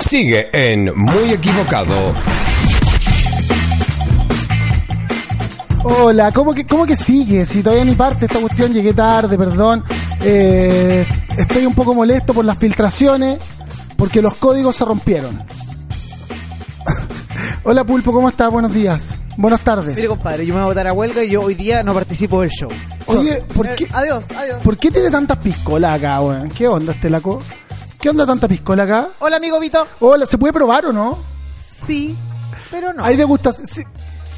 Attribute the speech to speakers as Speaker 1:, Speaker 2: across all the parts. Speaker 1: Sigue en Muy Equivocado.
Speaker 2: Hola, ¿cómo que, ¿cómo que sigue? Si todavía ni parte esta cuestión, llegué tarde, perdón. Eh, estoy un poco molesto por las filtraciones, porque los códigos se rompieron. Hola Pulpo, ¿cómo estás? Buenos días. Buenas tardes.
Speaker 3: Mire, compadre, yo me voy a votar a huelga y yo hoy día no participo del show.
Speaker 2: Oye, ¿por
Speaker 3: Eh,
Speaker 2: qué,
Speaker 3: Adiós, adiós.
Speaker 2: ¿por qué tiene tantas piscolas acá, weón? ¿Qué onda este laco? ¿Qué onda tanta piscola acá?
Speaker 3: Hola, amigo Vito.
Speaker 2: Hola, ¿se puede probar o no?
Speaker 3: Sí, pero no.
Speaker 2: Ahí te gusta. sí.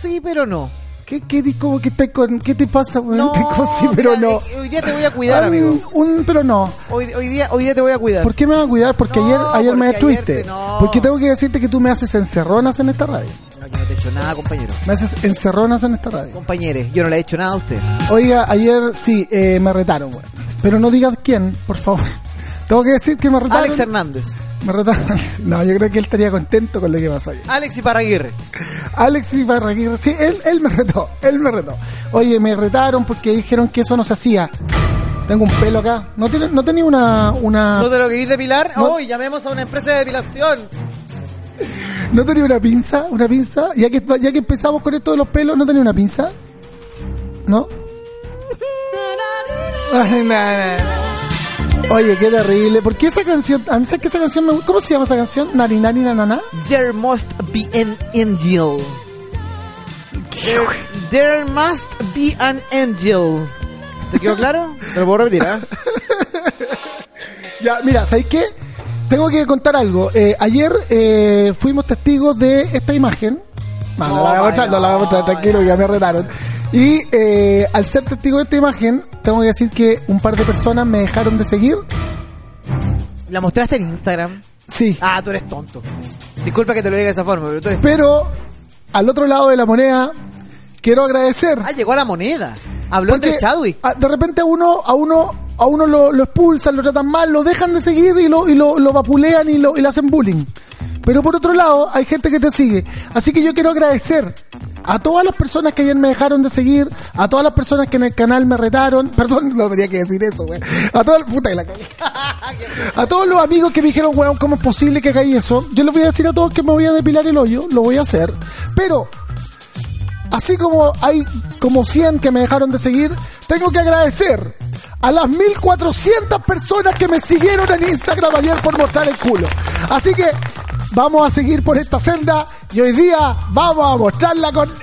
Speaker 3: Sí, pero no.
Speaker 2: ¿Qué, qué, di- cómo que estáis con- ¿Qué te pasa, weón?
Speaker 3: No,
Speaker 2: Te co- sí,
Speaker 3: mira,
Speaker 2: pero no.
Speaker 3: eh, Hoy día te voy a cuidar,
Speaker 2: Ah,
Speaker 3: amigo.
Speaker 2: Un, un- pero no.
Speaker 3: Hoy, hoy día, hoy día te voy a cuidar.
Speaker 2: ¿Por qué me van a cuidar? Porque
Speaker 3: No,
Speaker 2: ayer, ayer me
Speaker 3: porque ayer
Speaker 2: estuviste.
Speaker 3: te- no.
Speaker 2: Porque tengo que decirte que tú me haces encerronas en esta radio.
Speaker 3: No, yo no te he hecho nada, compañero.
Speaker 2: Me haces encerronas en esta radio.
Speaker 3: Compañeres, yo no le he hecho nada a usted.
Speaker 2: Oiga, ayer sí, eh, me retaron, weón. Pero no digas quién, por favor. Tengo que decir que me retaron.
Speaker 3: Alex Hernández.
Speaker 2: Me retaron. No, yo creo que él estaría contento con lo que pasó ayer.
Speaker 3: Alex Iparraguirre.
Speaker 2: Alex Ibarraguirre. Sí, él, él me retó, él me retó. Oye, me retaron porque dijeron que eso no se hacía. Tengo un pelo acá. No, tiene, no tenía una, una...
Speaker 3: ¿No te lo querís depilar? Hoy
Speaker 2: Ah. No.
Speaker 3: llamemos a una empresa de depilación.
Speaker 2: ¿No tenía una pinza? ¿Una pinza? Ya que, ya que empezamos con esto de los pelos, ¿no tenía una pinza? ¿No? Ay, no, no. Oye, qué terrible. ¿Por qué esa canción? A mí, ¿sabes que esa canción me gusta? ¿Cómo se llama esa canción? Nari, nari, nanana.
Speaker 3: There must be an angel. There, there must be an angel. ¿Te quedó claro? Te lo puedo repetir, ¿ah?
Speaker 2: Ya, mira, ¿sabes qué? Tengo que contar algo. Eh, ayer eh, fuimos testigos de esta imagen. No, no la voy a mostrar, no la voy a mostrar, tranquilo, ya me retaron. Y eh, al ser testigo de esta imagen, tengo que decir que un par de personas me dejaron de seguir.
Speaker 3: ¿La mostraste en Instagram?
Speaker 2: Sí.
Speaker 3: Ah, tú eres tonto. Disculpa que te lo diga de esa forma, pero tú eres
Speaker 2: Pero al otro lado de la moneda, quiero agradecer.
Speaker 3: Ah, llegó a la moneda. Habló
Speaker 2: Porque
Speaker 3: entre Chadwick.
Speaker 2: a- de repente a uno, a uno, a uno lo, lo expulsan, lo tratan mal, lo dejan de seguir y lo, y lo, lo vapulean y, lo, y le hacen bullying. Pero por otro lado, hay gente que te sigue. Así que yo quiero agradecer a todas las personas que ayer me dejaron de seguir, a todas las personas que en el canal me retaron. Perdón, no tenía que decir eso, güey. A todas puta que la cagué. A todos los amigos que me dijeron, weón, ¿cómo es posible que hagáis eso? Yo les voy a decir a todos que me voy a depilar el hoyo, lo voy a hacer. Pero, así como hay como 100 que me dejaron de seguir, tengo que agradecer a las 1400 personas que me siguieron en Instagram ayer por mostrar el culo. Así que vamos a seguir por esta senda y hoy día vamos a mostrarla con... No,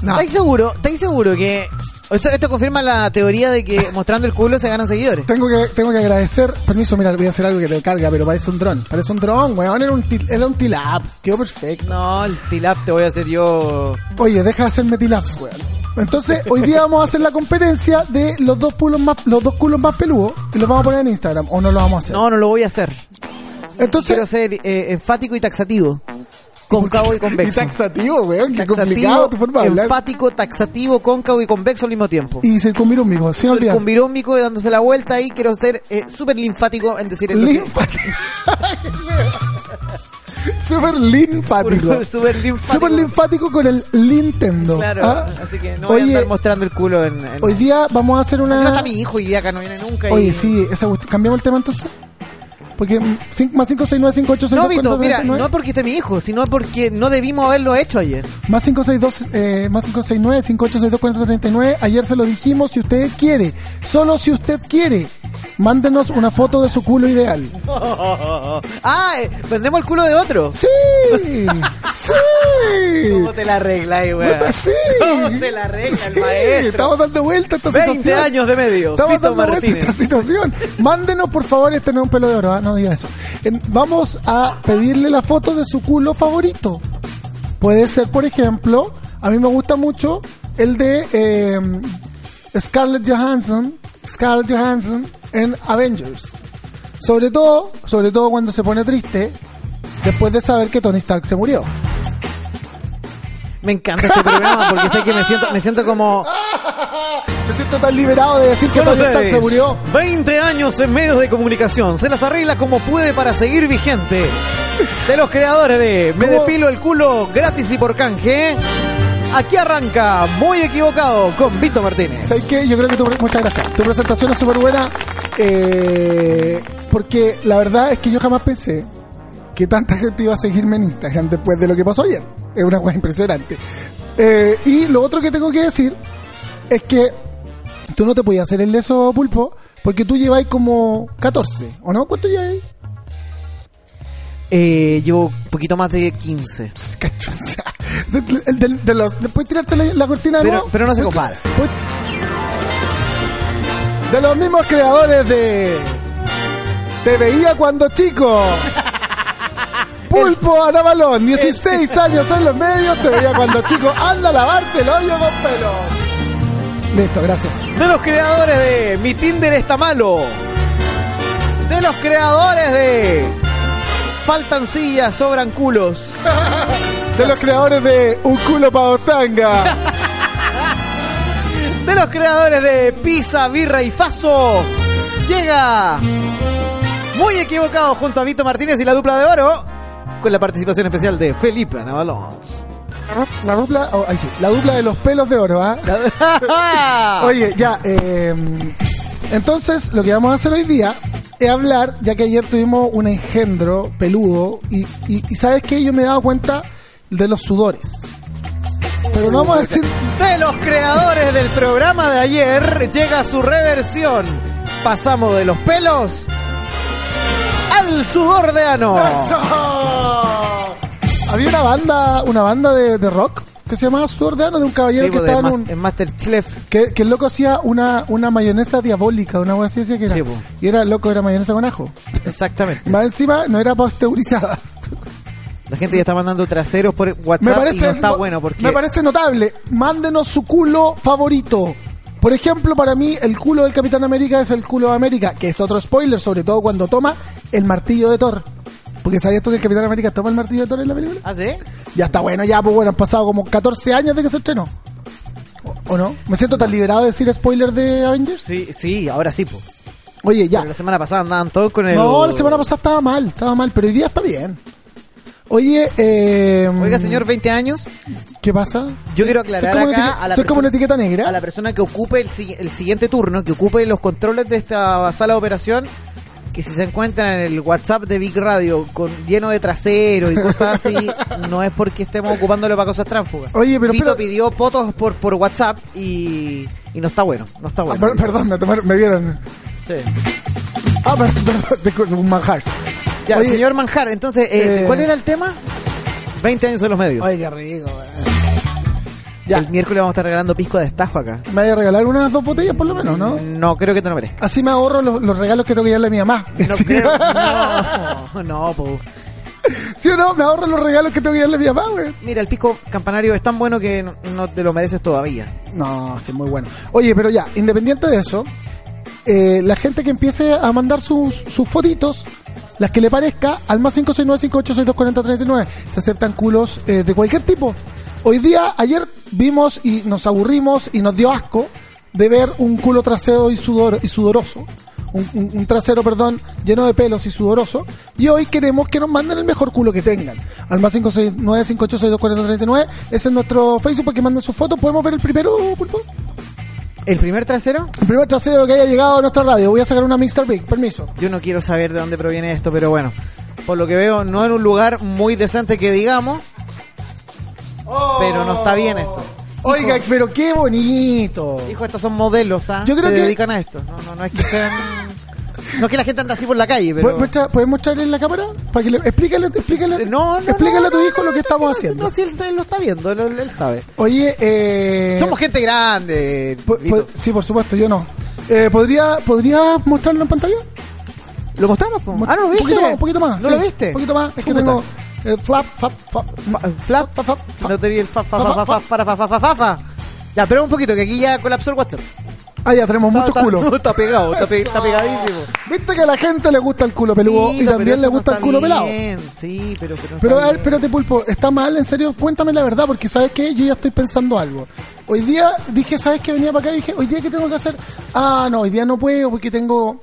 Speaker 3: ¿Estáis seguro? ¿Estáis seguro que esto, esto confirma la teoría de que mostrando el culo se ganan seguidores?
Speaker 2: tengo que, tengo que agradecer, permiso, mira, voy a hacer algo que te carga, pero parece un dron, parece un dron, weón, era un, til- era un tilap, quedó perfecto.
Speaker 3: No, el tilap te voy a hacer yo.
Speaker 2: Oye, deja de hacerme tilaps, weón. Entonces, hoy día vamos a hacer la competencia de los dos culos más, los dos culos más peludos y los vamos a poner en Instagram o no los vamos a hacer.
Speaker 3: No, no lo voy a hacer. Quiero
Speaker 2: Entonces,
Speaker 3: ser eh, enfático y taxativo. Cóncavo y
Speaker 2: y
Speaker 3: convexo.
Speaker 2: taxativo, weón, qué complicado
Speaker 3: Taxativo,
Speaker 2: tu forma de hablar.
Speaker 3: enfático, taxativo, cóncavo y convexo al mismo tiempo.
Speaker 2: Y circunvirúmico, sin
Speaker 3: el
Speaker 2: olvidar.
Speaker 3: cumbirómico y dándose la vuelta ahí, quiero ser eh, súper linfático en decir esto.
Speaker 2: Linfático. Súper linfático.
Speaker 3: Súper linfático.
Speaker 2: Súper linfático con el Nintendo.
Speaker 3: Claro,
Speaker 2: ¿ah?
Speaker 3: así que no voy a
Speaker 2: Oye,
Speaker 3: andar mostrando el culo en... en-
Speaker 2: hoy día vamos a hacer
Speaker 3: Encima
Speaker 2: una...
Speaker 3: está mi hijo y de acá no viene nunca. y-
Speaker 2: Oye, sí, esa cuestión- ¿cambiamos el tema entonces? Porque cinco- más 569 5862
Speaker 3: No, Vito, mira, no porque esté mi hijo, sino porque no debimos haberlo hecho ayer.
Speaker 2: Más 562, eh, más 569, 5862, 439. Ayer se lo dijimos, si usted quiere, solo si usted quiere, mándenos una foto de su culo ideal.
Speaker 3: Ah, eh, vendemos el culo de otro.
Speaker 2: ¡Sí! ¡Sí!
Speaker 3: ¿Cómo te la arregla ahí, weón?
Speaker 2: ¡Sí!
Speaker 3: ¿Cómo te la arregla
Speaker 2: Sí,
Speaker 3: el maestro?
Speaker 2: Estamos dando vuelta a esta
Speaker 3: 20
Speaker 2: situación.
Speaker 3: años de medio.
Speaker 2: Estamos
Speaker 3: Vito
Speaker 2: dando vuelta a
Speaker 3: Martínez.
Speaker 2: esta situación. Mándenos, por favor, este no es un pelo de oro, ¿ah? no diga eso. En- vamos a pedirle la foto de su culo favorito. Puede ser, por ejemplo, a mí me gusta mucho el de eh, Scarlett Johansson, Scarlett Johansson en Avengers. Sobre todo, sobre todo cuando se pone triste después de saber que Tony Stark se murió.
Speaker 3: Me encanta este programa porque sé que me siento, me siento como.
Speaker 2: Me siento tan liberado de decir que
Speaker 3: Con
Speaker 2: Tony Stark se
Speaker 3: ustedes,
Speaker 2: murió.
Speaker 3: 20 años en medios de comunicación. Se las arregla como puede para seguir vigente. De los creadores de Me
Speaker 2: ¿Cómo?
Speaker 3: depilo el culo gratis y por canje. Aquí arranca Muy Equivocado con Vito Martínez.
Speaker 2: ¿Sabes qué? Yo creo que tu, pre- muchas gracias. Tu presentación es súper buena eh, porque la verdad es que yo jamás pensé que tanta gente iba a seguirme en Instagram después de lo que pasó ayer. Es una cosa impresionante. Eh, y lo otro que tengo que decir es que tú no te podías hacer el leso pulpo porque tú lleváis como 14, ¿o no? ¿Cuánto lleváis?
Speaker 3: Eh, llevo un poquito más de 15.
Speaker 2: Pss, cacho, o sea, de- de- de- de los- después tirarte la, la cortina de
Speaker 3: Pero,
Speaker 2: nuevo.
Speaker 3: pero no se compara.
Speaker 2: Pues- De los mismos creadores de Te veía cuando chico. Pulpo Ana Balón, 16 años en los medios, te veía cuando chico. Anda a lavarte el hoyo con pelo. Listo, gracias.
Speaker 3: De los creadores de Mi Tinder está malo. De los creadores de Faltan sillas, sobran culos.
Speaker 2: De los creadores de Un culo pa' Otanga.
Speaker 3: De los creadores de Pizza, Birra y Faso. Llega muy equivocado junto a Vito Martínez y la dupla de Oro. Con la participación especial de Felipe Anabalón.
Speaker 2: La dupla, oh, ahí sí, la dupla de los pelos de oro, ¿ah?
Speaker 3: Ah.
Speaker 2: Oye, ya, eh, entonces lo que vamos a hacer hoy día es hablar, ya que ayer tuvimos un engendro peludo y, y, y sabes que yo me he dado cuenta de los sudores. Pero no vamos a decir...
Speaker 3: De los creadores del programa de ayer llega su reversión. Pasamos de los pelos al sudor de ano.
Speaker 2: ¡Eso! Había una banda, una banda de, de rock que se llamaba Sudor de Ano, de un caballero
Speaker 3: Sí,
Speaker 2: que
Speaker 3: pues, de
Speaker 2: estaba en
Speaker 3: Ma-
Speaker 2: un...
Speaker 3: en Masterchef.
Speaker 2: Que, que el loco hacía una, una mayonesa diabólica, una hueá así decía que era.
Speaker 3: Sí, pues. po.
Speaker 2: y era loco, era mayonesa con ajo.
Speaker 3: Exactamente.
Speaker 2: Más encima no era pasteurizada.
Speaker 3: La gente ya está mandando traseros por WhatsApp
Speaker 2: me parece
Speaker 3: y no está
Speaker 2: no-
Speaker 3: bueno porque
Speaker 2: me parece notable. Mándenos su culo favorito. Por ejemplo, para mí el culo del Capitán América es el culo de América, que es otro spoiler, sobre todo cuando toma el martillo de Thor. Porque sabías tú que el Capitán América toma el martillo de Thor en la película.
Speaker 3: ¿Ah, sí?
Speaker 2: Ya está bueno, ya pues bueno, han pasado como 14 años de que se estrenó. ¿O, o no? Me siento tan liberado de decir spoiler de Avengers.
Speaker 3: Sí, sí, ahora sí, po.
Speaker 2: Oye, ya.
Speaker 3: Pero La semana pasada andaban todos con el
Speaker 2: No, la semana pasada estaba mal, estaba mal, pero hoy día está bien. Oye, eh,
Speaker 3: Oiga, señor, 20 años.
Speaker 2: ¿qué pasa?
Speaker 3: Yo quiero aclarar
Speaker 2: Soy como una
Speaker 3: acá
Speaker 2: etiqueta-
Speaker 3: a la
Speaker 2: soy como una
Speaker 3: persona-
Speaker 2: etiqueta negra.
Speaker 3: a la persona que ocupe el, si- el siguiente turno, que ocupe los controles de esta sala de operación, que si se encuentran en el WhatsApp de Big Radio con lleno de trasero y cosas así, no es porque estemos ocupándolo para cosas tránsfugas.
Speaker 2: Oye, pero
Speaker 3: Vito
Speaker 2: espera-
Speaker 3: pidió fotos por, por WhatsApp y, y no está bueno, no está
Speaker 2: Ah,
Speaker 3: bueno.
Speaker 2: per- perdón, me, tomaron- me vieron.
Speaker 3: Sí.
Speaker 2: Ah, per- perdón, disculpe, un manjar.
Speaker 3: Ya,
Speaker 2: Oye,
Speaker 3: señor Manjar, entonces, eh,
Speaker 2: Eh.
Speaker 3: ¿cuál era el tema? 20 años en los medios.
Speaker 2: Oye, qué rico. weón.
Speaker 3: ya. El miércoles vamos a estar regalando pisco de estafa acá.
Speaker 2: Me voy a regalar unas dos botellas por lo menos, ¿no?
Speaker 3: No, creo que te lo merezco.
Speaker 2: Así me ahorro los, los regalos que tengo que darle a mi mamá.
Speaker 3: No
Speaker 2: ¿Sí?
Speaker 3: creo. No, no, po.
Speaker 2: ¿Sí o no? Me ahorro los regalos que tengo que darle a mi mamá, güey.
Speaker 3: Mira, el pico campanario es tan bueno que no, no te lo mereces todavía.
Speaker 2: No, sí, muy bueno. Oye, pero ya, independiente de eso, eh, la gente que empiece a mandar sus, sus fotitos, las que le parezca, al más 569-586-240-39, se aceptan culos eh, de cualquier tipo. Hoy día, ayer vimos y nos aburrimos y nos dio asco de ver un culo trasero y, sudor, y sudoroso. Un, un- un trasero, perdón, lleno de pelos y sudoroso. Y hoy queremos que nos manden el mejor culo que tengan. Al más 569-586-240-39. Ese es nuestro Facebook para que manden sus fotos. ¿Podemos ver el primero, Pulpo?
Speaker 3: ¿El primer trasero?
Speaker 2: El primer trasero que haya llegado a nuestra radio. Voy a sacar una Mixer Big, permiso.
Speaker 3: Yo no quiero saber de dónde proviene esto, pero bueno. Por lo que veo, no en un lugar muy decente que digamos. Pero no está bien esto.
Speaker 2: Oh. Oiga,
Speaker 3: hijo,
Speaker 2: pero qué bonito.
Speaker 3: hijo, estos son modelos, ¿ah?
Speaker 2: Yo creo
Speaker 3: Se
Speaker 2: que-
Speaker 3: dedican a esto. No, no, no es que sean... No es que la gente anda así por la calle, pero... Eh,
Speaker 2: ¿Puedes mostrar- ¿Puedes mostrarle en la cámara? Para que le, explícale, explícale,
Speaker 3: No, no,
Speaker 2: explícale
Speaker 3: no,
Speaker 2: a tu
Speaker 3: no,
Speaker 2: hijo
Speaker 3: no,
Speaker 2: lo que
Speaker 3: no,
Speaker 2: estamos
Speaker 3: no,
Speaker 2: haciendo.
Speaker 3: No, si él, se- lo está viendo, él, él sabe.
Speaker 2: Oye, eh...
Speaker 3: Somos gente grande.
Speaker 2: po- po-
Speaker 3: Vito.
Speaker 2: sí, por supuesto, yo no. Eh, ¿podría, ¿Podría mostrarlo en pantalla?
Speaker 3: ¿Lo mostramos? po? Ah, ¿no lo
Speaker 2: Un poquito
Speaker 3: viste?
Speaker 2: más, un poquito más.
Speaker 3: ¿No
Speaker 2: sí,
Speaker 3: lo viste?
Speaker 2: Un poquito más. Es que
Speaker 3: Chuta.
Speaker 2: tengo... eh, flap, flap, flap,
Speaker 3: Fa- Flap,
Speaker 2: flap, flap,
Speaker 3: No
Speaker 2: flap.
Speaker 3: tenía el fa, fa,
Speaker 2: Fa, fa,
Speaker 3: fa, fa, fa, fa, fa, fa, fa, fa, fa. Ya, pero un poquito, que aquí ya colapsó el WhatsApp.
Speaker 2: Ah, ya, tenemos muchos
Speaker 3: Está-
Speaker 2: culos.
Speaker 3: Está, está pegado, está, pe- está pegadísimo.
Speaker 2: Viste que a la gente le gusta el culo peludo y
Speaker 3: Tito, pero
Speaker 2: también
Speaker 3: eso
Speaker 2: le
Speaker 3: no
Speaker 2: gusta
Speaker 3: está
Speaker 2: el culo pelado.
Speaker 3: bien, Sí, pero... pero no
Speaker 2: Pero
Speaker 3: está
Speaker 2: a ver,
Speaker 3: bien.
Speaker 2: espérate, Pulpo, ¿está mal? ¿En serio? Cuéntame la verdad, porque ¿sabes qué? Yo ya estoy pensando algo. Hoy día dije, ¿sabes qué? Venía para acá y dije, ¿hoy día qué tengo que hacer? Ah, no, hoy día no puedo porque tengo,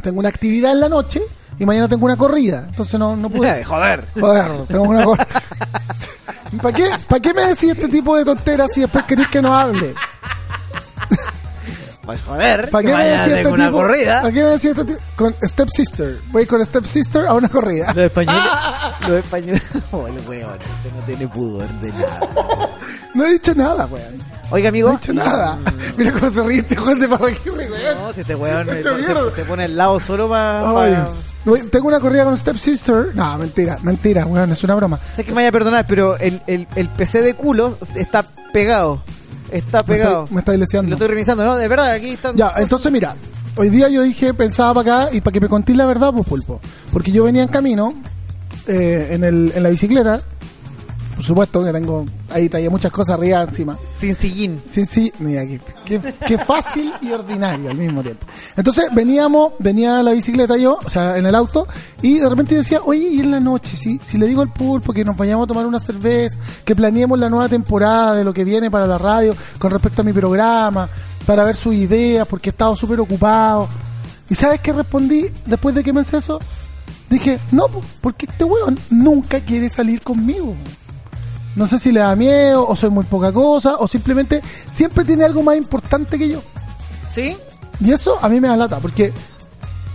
Speaker 2: tengo una actividad en la noche y mañana tengo una corrida. Entonces no, no pude.
Speaker 3: Eh, Joder.
Speaker 2: Joder, tengo una corrida. ¿Para qué, ¿Para qué me decís este tipo de tonteras si después querés que no hable?
Speaker 3: Pues joder.
Speaker 2: ¿Para qué me
Speaker 3: mañana
Speaker 2: decís este
Speaker 3: tengo una
Speaker 2: tipo?
Speaker 3: corrida.
Speaker 2: ¿Para qué me decís este tipo? Con Step Sister. Voy con Step Sister a una corrida.
Speaker 3: Los españoles, Los españoles. Oh, el weón, este no tiene pudor de nada.
Speaker 2: No he dicho nada, weón.
Speaker 3: Oiga, amigo.
Speaker 2: No he dicho
Speaker 3: Mm.
Speaker 2: nada. Mira cómo se ríe este Juan de Parraquirri, weón.
Speaker 3: No, si este weón
Speaker 2: No he
Speaker 3: se,
Speaker 2: hecho mierda.
Speaker 3: se pone al lado solo para.
Speaker 2: Ay, we- Tengo una corrida con Stepsister. No, mentira, mentira, weón, es una broma.
Speaker 3: Sé que me vaya a perdonar, pero el, el, el PC de culos está pegado. Está
Speaker 2: Me
Speaker 3: pegado.
Speaker 2: estáis- me estáis
Speaker 3: Lo
Speaker 2: leseando.
Speaker 3: estoy revisando, ¿no? De verdad, aquí están.
Speaker 2: Ya, entonces mira, hoy día yo dije, pensaba para acá y para que me contéis la verdad, pues pulpo. Porque yo venía en camino, eh, en, el, en la bicicleta, por supuesto que tengo, ahí traía muchas cosas arriba encima.
Speaker 3: Sin sillín.
Speaker 2: Sí, sí, mira, qué, qué- qué fácil y ordinario al mismo tiempo. Entonces veníamos, venía la bicicleta yo, o sea, en el auto, y de repente yo decía, oye, y en la noche, si, si le digo al pulpo que nos vayamos a tomar una cerveza, que planeemos la nueva temporada de lo que viene para la radio con respecto a mi programa, para ver sus ideas, porque he estado súper ocupado. ¿Y sabes qué respondí después de que me hice eso? Dije, no, po, porque este weón nunca quiere salir conmigo. No sé si le da miedo, o soy muy poca cosa, o simplemente siempre tiene algo más importante que yo.
Speaker 3: ¿Sí?
Speaker 2: Y eso a mí me da lata, porque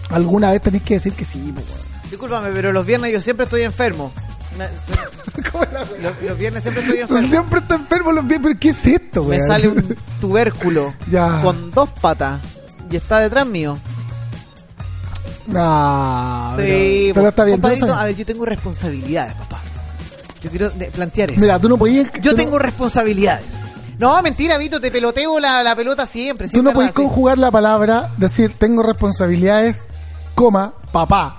Speaker 2: alguna vez tenéis que decir que sí, po, weón.
Speaker 3: Discúlpame, pero los viernes yo siempre estoy enfermo. Me- se-
Speaker 2: ¿Cómo la weá?
Speaker 3: los, los viernes siempre estoy enfermo.
Speaker 2: Siempre está enfermo los pies, pero ¿qué es esto,
Speaker 3: Me
Speaker 2: weón?
Speaker 3: sale un tubérculo
Speaker 2: Ya.
Speaker 3: con dos patas y está detrás mío.
Speaker 2: Nah,
Speaker 3: Sí,
Speaker 2: pero, pero está bien.
Speaker 3: compadrito,
Speaker 2: entonces-
Speaker 3: a ver, yo tengo responsabilidades, papá. Yo quiero de- plantear eso.
Speaker 2: Mira, tú no podías. tú
Speaker 3: yo
Speaker 2: no-
Speaker 3: tengo responsabilidades. No, mentira, Vito, te peloteo la, la pelota siempre.
Speaker 2: Tú
Speaker 3: siempre
Speaker 2: no
Speaker 3: es
Speaker 2: podés
Speaker 3: así.
Speaker 2: conjugar la palabra, decir tengo responsabilidades, coma, papá.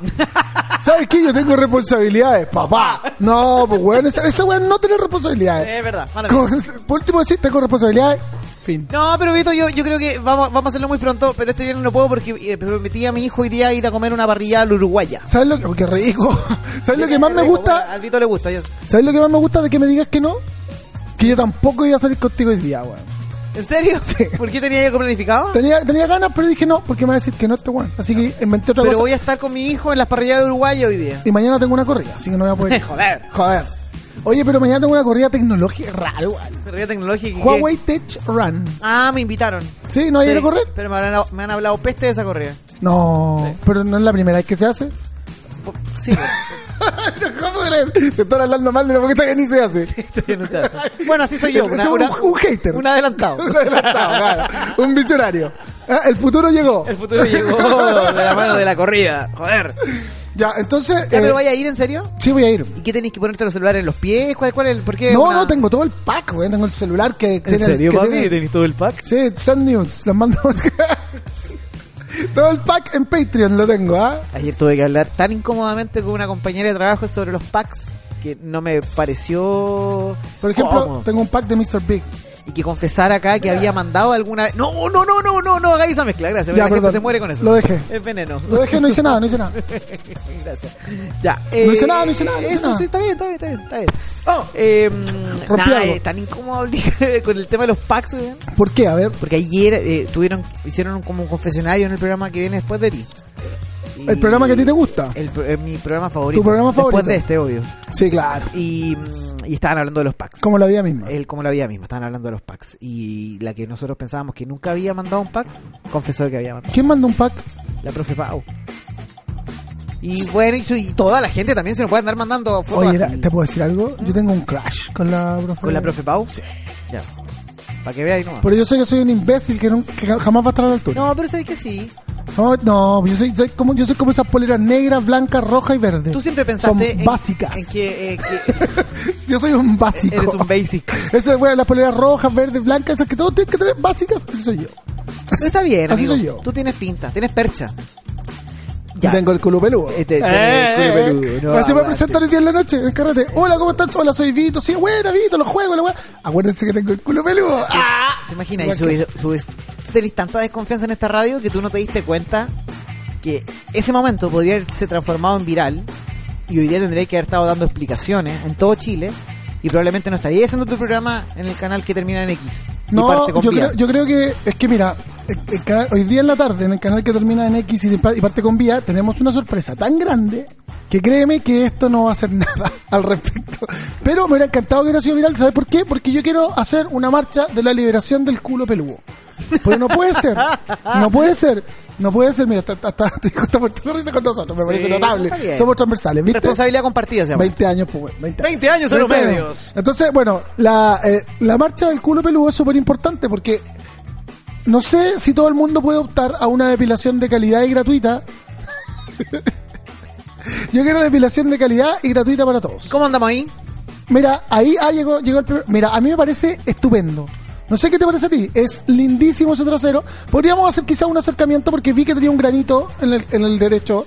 Speaker 2: ¿Sabes qué? Yo tengo responsabilidades, papá. No, pues weón, esa, esa weón no tiene responsabilidades.
Speaker 3: Es verdad, mala mía.
Speaker 2: Como- por último decir, tengo responsabilidades, fin.
Speaker 3: No, pero Vito, yo, yo creo que vamos, vamos a hacerlo muy pronto, pero este viernes no puedo porque eh, prometí a mi hijo hoy día ir a comer una parrilla al Uruguaya.
Speaker 2: ¿Sabes lo que, oh, qué rico? ¿Sabes lo que más me
Speaker 3: Rico,
Speaker 2: gusta?
Speaker 3: bueno, al Vito le gusta. yo-
Speaker 2: ¿Sabes lo que más me gusta de que me digas que no? Que yo tampoco iba a salir contigo hoy día, weón.
Speaker 3: ¿En serio? ¿Por qué tenía algo planificado?
Speaker 2: Tenía, tenía ganas, pero dije no, porque me va a decir que no este weón. Así que inventé otra
Speaker 3: Pero
Speaker 2: cosa.
Speaker 3: voy a estar con mi hijo en las parrillas de Uruguay hoy día.
Speaker 2: Y mañana tengo una corrida, así que no voy a poder. ir.
Speaker 3: Joder,
Speaker 2: Joder. Oye, pero mañana tengo una corrida tecnológica raro, weón.
Speaker 3: parrilla tecnológica. ¿y qué?
Speaker 2: Huawei Tech Run.
Speaker 3: Ah, me invitaron.
Speaker 2: ¿Sí? ¿No hay
Speaker 3: Sí,
Speaker 2: que correr?
Speaker 3: Pero me han, me han hablado peste de esa corrida.
Speaker 2: No, pero no es la primera vez que se hace.
Speaker 3: Sí,
Speaker 2: ¿Cómo crees? Te están hablando mal de lo que todavía ni se hace.
Speaker 3: todavía no se hace. Bueno, así soy yo.
Speaker 2: Es un- un hater.
Speaker 3: Un adelantado.
Speaker 2: Un adelantado, claro. Un visionario. Ah, El futuro llegó.
Speaker 3: El futuro llegó de la mano de la corrida. Joder.
Speaker 2: Ya, entonces.
Speaker 3: ¿Ya
Speaker 2: eh,
Speaker 3: pero vaya a ir en serio?
Speaker 2: Sí, voy a ir.
Speaker 3: ¿Y qué tenéis que ponerte los celulares en los pies? ¿Cuál, cuál es el, por qué?
Speaker 2: No,
Speaker 3: una-
Speaker 2: no, tengo todo el pack, güey. Tengo el celular que.
Speaker 3: ¿En serio,
Speaker 2: que
Speaker 3: papi?
Speaker 2: tiene-
Speaker 3: ¿Tenéis todo el pack?
Speaker 2: Sí, Sun News. Los mando. todo el pack en Patreon lo tengo, ¿ah?
Speaker 3: Ayer tuve que hablar tan incómodamente con una compañera de trabajo sobre los packs que no me pareció
Speaker 2: Por ejemplo,
Speaker 3: cómodo.
Speaker 2: tengo un pack de Mr. Big.
Speaker 3: y que confesar acá que había mandado alguna vez. No, no, no, no, no, no hagáis esa mezcla, gracias.
Speaker 2: Ya,
Speaker 3: la gente
Speaker 2: perdón.
Speaker 3: se muere con eso.
Speaker 2: Lo dejé.
Speaker 3: Es veneno.
Speaker 2: Lo dejé, no hice nada, no hice nada.
Speaker 3: gracias. Ya. eh,
Speaker 2: No hice nada, no hice nada, no hice
Speaker 3: eso,
Speaker 2: nada.
Speaker 3: sí, está bien, está bien, está bien. Está bien.
Speaker 2: Oh,
Speaker 3: Eh,
Speaker 2: Rompí
Speaker 3: nada,
Speaker 2: algo.
Speaker 3: eh, tan incómodo con el tema de los packs, weón.
Speaker 2: ¿Por qué? A ver.
Speaker 3: Porque ayer eh, tuvieron, hicieron un- como un confesionario en el programa que viene después de ti. Y-
Speaker 2: El programa que a ti te gusta.
Speaker 3: El, pro- eh, mi programa favorito.
Speaker 2: Tu programa favorito.
Speaker 3: Después de este, obvio.
Speaker 2: Sí, claro.
Speaker 3: Y, mm, y estaban hablando de los packs.
Speaker 2: Como la vida misma.
Speaker 3: Él, como la vida misma, estaban hablando de los packs. Y la que nosotros pensábamos que nunca había mandado un pack, confesó que había mandado.
Speaker 2: ¿Quién mandó un pack?
Speaker 3: La profe Pau. Y bueno, y, su- y toda la gente también se nos puede andar mandando fotos
Speaker 2: Oye,
Speaker 3: así.
Speaker 2: ¿te puedo decir algo? Yo tengo un crash con la profe.
Speaker 3: con la profe Pau. Ya. Para que veáis nomás.
Speaker 2: Pero yo sé que soy un imbécil que, nunca- que jamás va a estar a la altura.
Speaker 3: No, pero sabes que sí.
Speaker 2: No, no, yo soy, soy como, yo soy como esas poleras negras, blancas, rojas y verdes.
Speaker 3: Tú siempre pensaste
Speaker 2: Son
Speaker 3: en,
Speaker 2: básicas.
Speaker 3: en que, eh, que
Speaker 2: Yo soy un básico.
Speaker 3: eres un basic.
Speaker 2: Esas, weón, las poleras rojas, verdes, blancas, esas que todos tienen que tener básicas, eso soy yo.
Speaker 3: Pero está bien,
Speaker 2: Así
Speaker 3: amigo.
Speaker 2: soy yo.
Speaker 3: Tú tienes pinta, tienes percha.
Speaker 2: Y Tengo el culo peludo.
Speaker 3: Eh, te- te- el culo peludo, no,
Speaker 2: Así me
Speaker 3: aguante.
Speaker 2: presentan hoy día en la noche, en el carrete. Hola, ¿cómo estás? Hola, soy Vito. Sí, buena, Vito, los juegos, la weá. Acuérdense que tengo el culo peludo. ¡Ah!
Speaker 3: ¿Te imaginas?
Speaker 2: Igual
Speaker 3: Y subes, subes- tú tenés tanta desconfianza en esta radio que tú no te diste cuenta que ese momento podría haberse transformado en viral y hoy día tendrías que haber estado dando explicaciones en todo Chile y probablemente no estarías haciendo tu programa en el canal que termina en X. y
Speaker 2: No,
Speaker 3: parte con
Speaker 2: yo
Speaker 3: vía.
Speaker 2: creo, yo creo que es que mira, el- el canal- hoy día en la tarde, en el canal que termina en X y, de pa- y parte con vía, tenemos una sorpresa tan grande que créeme que esto no va a hacer nada al respecto. Pero me hubiera encantado que hubiera sido viral, ¿sabes por qué? Porque yo quiero Pues hacer una marcha de la liberación del culo peludo. Porque no puede ser, no puede ser No puede ser, mira, hasta, hasta tu hijo está muerto de risa con nosotros, me
Speaker 3: Sí,
Speaker 2: parece
Speaker 3: está
Speaker 2: notable.
Speaker 3: bien.
Speaker 2: Somos transversales, ¿viste?
Speaker 3: Responsabilidad compartida se llama.
Speaker 2: 20 años, pues, bueno, 20
Speaker 3: 20 años en los
Speaker 2: 20
Speaker 3: medios.
Speaker 2: Entonces, bueno, la, eh, la marcha del culo peludo es súper importante porque no sé si todo el mundo puede optar a una depilación de calidad y gratuita. Yo quiero depilación de calidad y gratuita para todos.
Speaker 3: ¿Cómo andamos ahí?
Speaker 2: Mira, ahí ah, llegó, llegó el primer- Mira, a mí me parece estupendo. No sé qué te parece a ti. Es lindísimo su trasero. Podríamos hacer quizá un acercamiento porque vi que tenía un granito en el, en el derecho.